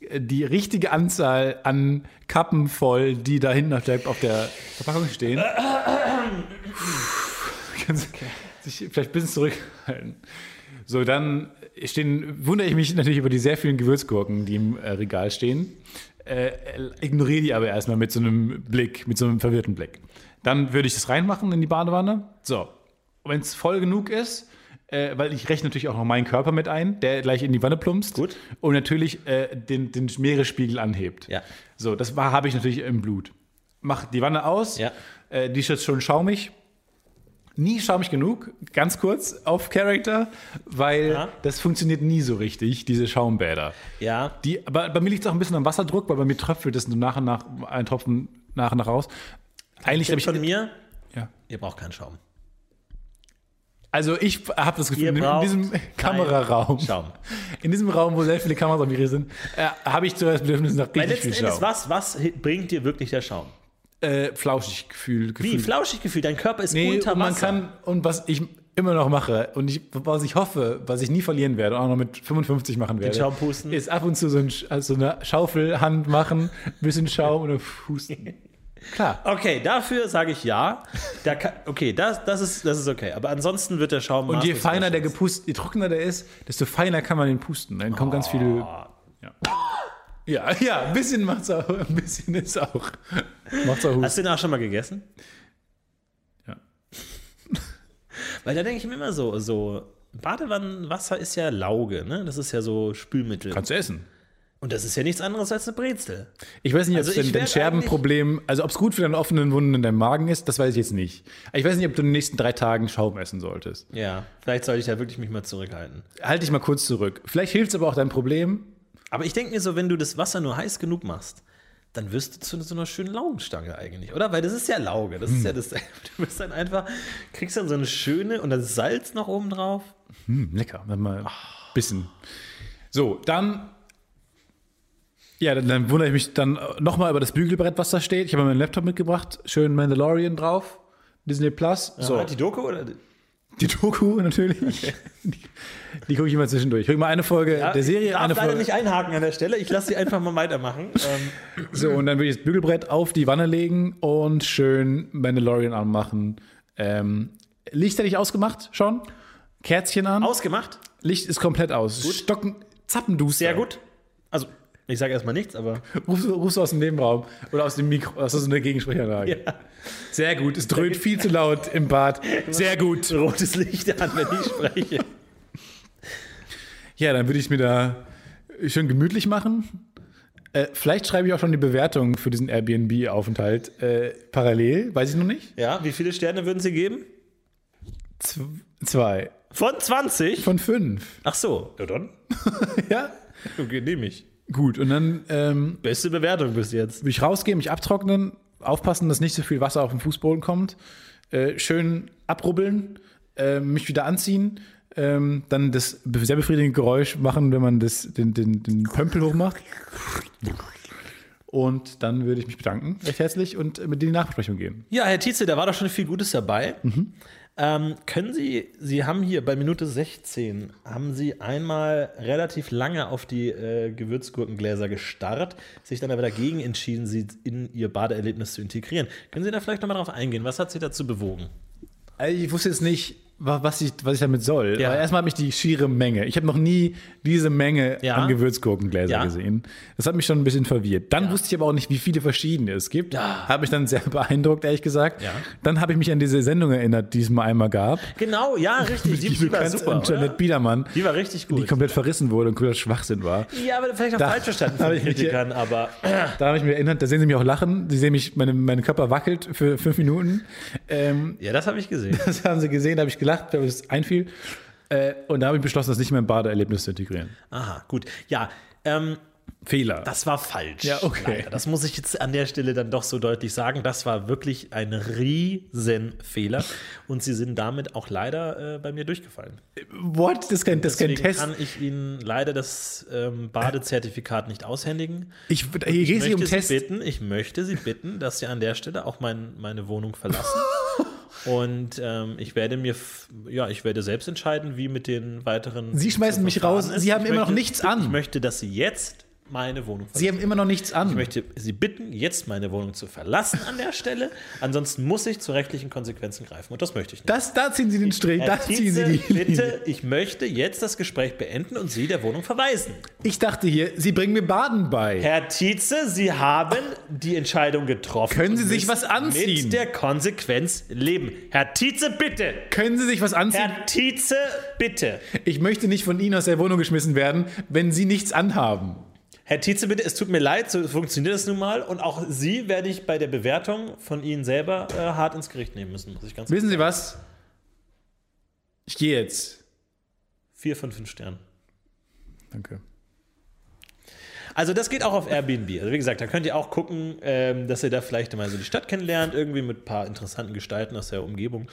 S3: äh, die richtige Anzahl an Kappen voll, die da hinten auf der, auf der Verpackung stehen. Puh, Kannst sich vielleicht ein bisschen zurückhalten. So, dann stehen, wundere ich mich natürlich über die sehr vielen Gewürzgurken, die im äh, Regal stehen. Äh, ignoriere die aber erstmal mit so einem Blick, mit so einem verwirrten Blick. Dann würde ich das reinmachen in die Badewanne. So, wenn es voll genug ist, äh, weil ich rechne natürlich auch noch meinen Körper mit ein, der gleich in die Wanne plumpst.
S1: Gut.
S3: Und natürlich äh, den, den Meeresspiegel anhebt.
S1: Ja.
S3: So, das war- habe ich natürlich im Blut. Mach die Wanne aus.
S1: Ja.
S3: Äh, die ist jetzt schon schaumig. Nie schaumig genug, ganz kurz, auf Character, weil
S1: Ja.
S3: das funktioniert nie so richtig, diese Schaumbäder.
S1: Ja.
S3: Die, aber bei mir liegt es auch ein bisschen am Wasserdruck, weil bei mir tröpfelt es nur nach und nach, ein Tropfen nach und nach raus. Eigentlich habe
S1: Tipp
S3: ich.
S1: von mir,
S3: Ja.
S1: ihr braucht keinen Schaum.
S3: Also ich habe das Gefühl,
S1: Ihr
S3: in, in
S1: braucht
S3: diesem
S1: keinen
S3: Kameraraum,
S1: Schaum.
S3: in diesem Raum, wo sehr viele Kameras am Gerät sind, äh, habe ich zuerst das Bedürfnis nach
S1: Weil
S3: richtig
S1: Äh, letzten
S3: viel
S1: Endes,
S3: Schaum.
S1: was, was bringt dir wirklich der Schaum?
S3: Äh, flauschig Gefühl. Gefühl.
S1: Wie flauschig gefühlt, dein Körper ist
S3: Hm. Nee,
S1: unter
S3: und man
S1: Wasser.
S3: kann und was ich immer noch mache und ich, was ich hoffe, was ich nie verlieren werde und auch noch mit 55 machen werde,
S1: Schaum pusten.
S3: ist ab und zu so, ein, Sch- also eine Schaufelhand machen, ein bisschen Schaum und dann pusten. Klar.
S1: Okay, dafür sage ich ja. Da kann, okay, das, das, ist, das ist okay. Aber ansonsten wird der Schaum.
S3: Und je
S1: maßlos
S3: feiner der gepust, je trockener der ist, desto feiner kann man den pusten. Dann kommt ganz
S1: Oh.
S3: viel. Ja. ja, ja, ein bisschen macht's auch, ein bisschen ist auch. Macht's auch Husten.
S1: Hast du den auch schon mal gegessen?
S3: Ja.
S1: Weil da denke ich mir immer so, so Badewannenwasser ist ja Lauge, ne? Das ist ja so Spülmittel.
S3: Kannst du essen.
S1: Und das ist ja nichts anderes als eine Brezel.
S3: Ich weiß nicht, ob
S1: Also
S3: es denn
S1: ich
S3: dein
S1: werd
S3: Scherbenproblem, also ob es gut für deine offenen Wunden in deinem Magen ist, das weiß ich jetzt nicht. Ich weiß nicht, ob du in den nächsten drei Tagen Schaum essen solltest.
S1: Ja, vielleicht sollte ich da wirklich mich mal zurückhalten.
S3: Halt dich mal kurz zurück. Vielleicht hilft es aber auch dein Problem.
S1: Aber ich denke mir so, wenn du das Wasser nur heiß genug machst, dann wirst du zu so einer schönen Laugenstange eigentlich, oder? Weil das ist ja Lauge. Das ist
S3: Hm.
S1: ja das. Du bist dann einfach, kriegst dann so eine schöne und dann Salz noch oben drauf.
S3: Hm, lecker, wenn mal ein
S1: Ah.
S3: bisschen. So, dann. Ja, dann, dann wundere ich mich dann nochmal über das Bügelbrett, was da steht. Ich habe meinen Laptop mitgebracht. Schön Mandalorian drauf. Disney Plus. So,
S1: Ah, Die Doku oder?
S3: die Doku natürlich. Die, die gucke ich immer zwischendurch. Ich gucke mal eine Folge der
S1: Ah, ich
S3: Serie,
S1: darf
S3: eine
S1: leider
S3: Folge.
S1: nicht einhaken an der Stelle. Ich lasse sie einfach mal weitermachen. ähm,
S3: So, und dann würde ich das Bügelbrett auf die Wanne legen und schön Mandalorian anmachen. Ähm, Licht hätte ich ausgemacht schon. Kerzchen an.
S1: ausgemacht.
S3: Licht ist komplett aus. Stocken, Zappenduster.
S1: Sehr gut. Also, ich sage erstmal nichts, aber
S3: Rufst du rufst du aus dem Nebenraum oder aus dem Mikro, aus so einer Gegensprechanlage. Sehr gut. Es dröhnt viel zu laut im Bad. Sehr gut.
S1: rotes Licht an, wenn ich spreche.
S3: Ja, dann würde ich mir da schön gemütlich machen. Äh, vielleicht schreibe ich auch schon die Bewertung für diesen Airbnb-Aufenthalt äh, parallel. Weiß ich noch nicht.
S1: Ja, wie viele Sterne würden Sie geben?
S3: Z zwei.
S1: Von 20?
S3: Von fünf.
S1: Ach so. Ja, dann.
S3: Ja.
S1: Okay, nehme ich.
S3: Gut. Und dann ähm,
S1: Beste Bewertung bis jetzt.
S3: würde ich rausgehen, mich abtrocknen, aufpassen, dass nicht so viel Wasser auf den Fußboden kommt. Äh, schön abrubbeln, äh, mich wieder anziehen. Ähm, dann das be- sehr befriedigende Geräusch machen, wenn man das, den, den, den Pömpel hochmacht. Und dann würde ich mich bedanken, recht herzlich, und äh, mit in die Nachbesprechung gehen.
S1: Ja, Herr Tietze, da war doch schon viel Gutes dabei. Ähm, können Sie, Sie haben hier bei Minute 16, haben Sie einmal relativ lange auf die äh, Gewürzgurkengläser gestarrt, sich dann aber dagegen entschieden, sie in Ihr Badeerlebnis zu integrieren. Können Sie da vielleicht nochmal drauf eingehen? Was hat Sie dazu bewogen?
S3: Also ich wusste jetzt nicht, wa- was ich, was ich damit soll.
S1: Ja.
S3: Aber erstmal hat mich die schiere Menge. Ich habe noch nie diese Menge
S1: Ja.
S3: an Gewürzgurkengläsern
S1: Ja.
S3: gesehen. Das hat mich schon ein bisschen verwirrt. Dann wusste ich aber auch nicht, wie viele verschiedene es gibt. Hat mich dann sehr beeindruckt, ehrlich gesagt.
S1: Ja.
S3: Dann habe ich mich an diese Sendung erinnert, die es mal einmal gab.
S1: Genau, ja, richtig. Die, die war
S3: Franz
S1: super.
S3: und
S1: oder?
S3: Janet Biedermann,
S1: Die war richtig
S3: die
S1: gut.
S3: komplett verrissen wurde und kompletter Schwachsinn war.
S1: ja, aber vielleicht auch
S3: Da-
S1: falsch verstanden
S3: hab
S1: von
S3: ich mich-
S1: Kritikern, aber
S3: Da habe ich mir erinnert, da sehen sie mich auch lachen. Sie sehen mich, meine, mein Körper wackelt für fünf Minuten. Ähm,
S1: ja, das habe ich gesehen.
S3: das haben sie gesehen, da habe ich gelacht, weil mir das einfiel. Äh, und da habe ich beschlossen, das nicht mehr im Badeerlebnis zu integrieren.
S1: Aha, gut. Ja, ähm,
S3: Fehler.
S1: das war falsch.
S3: Ja, okay.
S1: Leider. Das muss ich jetzt an der Stelle dann doch so deutlich sagen. Das war wirklich ein Riesenfehler. Und sie sind damit auch leider äh, bei mir durchgefallen.
S3: What? Das ist kein, das ist kein
S1: Deswegen
S3: Test.
S1: kann ich Ihnen leider das ähm, Badezertifikat nicht aushändigen.
S3: Ich, hier geht es nicht um
S1: möchte Sie
S3: Tests.
S1: bitten, ich möchte Sie bitten, dass Sie an der Stelle auch mein, meine Wohnung verlassen. Und ähm, ich werde mir, f- ja, ich werde selbst entscheiden, wie mit den weiteren.
S3: Sie schmeißen mich
S1: Verfahren
S3: raus.
S1: ist.
S3: Sie haben
S1: ich
S3: immer
S1: möchte,
S3: noch nichts an.
S1: Ich möchte, dass Sie jetzt meine Wohnung verlassen.
S3: Sie haben immer noch nichts an.
S1: ich möchte Sie bitten, jetzt meine Wohnung zu verlassen an der Stelle. Ansonsten muss ich zu rechtlichen Konsequenzen greifen und das möchte ich nicht.
S3: das, da ziehen Sie den Strich, da
S1: Herr
S3: ziehen Sie
S1: Tietze,
S3: die Linie.
S1: bitte, ich möchte jetzt das Gespräch beenden und Sie der Wohnung verweisen.
S3: Ich dachte hier, Sie bringen mir Baden bei.
S1: Herr Tietze, Sie haben die Entscheidung getroffen.
S3: Können Sie
S1: und
S3: sich
S1: müssen
S3: was anziehen?
S1: Mit der Konsequenz leben. Herr Tietze, bitte!
S3: Können Sie sich was anziehen?
S1: Herr Tietze, bitte!
S3: Ich möchte nicht von Ihnen aus der Wohnung geschmissen werden, wenn Sie nichts anhaben.
S1: Herr Tietze, bitte, es tut mir leid, so funktioniert das nun mal. Und auch Sie werde ich bei der Bewertung von Ihnen selber äh, hart ins Gericht nehmen müssen, muss ich ganz
S3: Wissen Sie was? Ich gehe jetzt.
S1: Vier von fünf Sternen.
S3: Danke.
S1: Also das geht auch auf Airbnb. Also wie gesagt, da könnt ihr auch gucken, ähm, dass ihr da vielleicht mal so die Stadt kennenlernt, irgendwie mit ein paar interessanten Gestalten aus der Umgebung.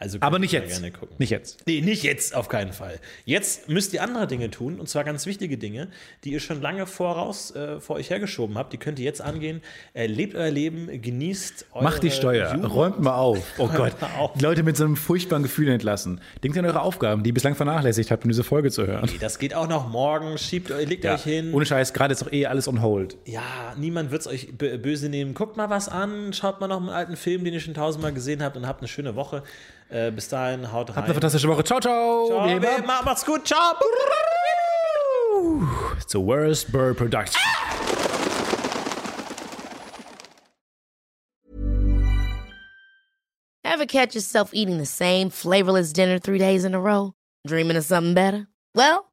S1: Also
S3: Aber
S1: könnt
S3: nicht
S1: ihr
S3: jetzt.
S1: Gerne gucken.
S3: Nicht jetzt.
S1: Nee, nicht jetzt auf keinen Fall. Jetzt müsst ihr andere Dinge tun, und zwar ganz wichtige Dinge, die ihr schon lange voraus äh, vor euch hergeschoben habt. Die könnt ihr jetzt angehen. Äh, lebt euer Leben, genießt eure
S3: Macht die Steuer,
S1: Jugend.
S3: räumt mal auf. Oh Gott,
S1: mal auf.
S3: die Leute mit so einem furchtbaren Gefühl entlassen. Denkt an eure Aufgaben, die ihr bislang vernachlässigt habt, um diese Folge zu hören.
S1: Das geht auch noch morgen. Schiebt euch, legt euch hin.
S3: Ohne Scheiß, gerade ist doch eh alles on hold.
S1: ja, niemand wird es euch bö- böse nehmen. Guckt mal was an, schaut mal noch einen alten Film, den ihr schon tausendmal gesehen habt, und habt eine schöne Woche. Äh, bis dahin, haut rein.
S3: Habt eine ne? fantastische Woche. Ciao, ciao.
S1: Ciao,
S3: Wir heben
S1: wir-
S3: ab.
S1: ma- macht's gut, ciao.
S3: It's the worst bird production.
S6: Ever catch yourself eating the same flavorless dinner three days in a row? Dreaming of something better? Well,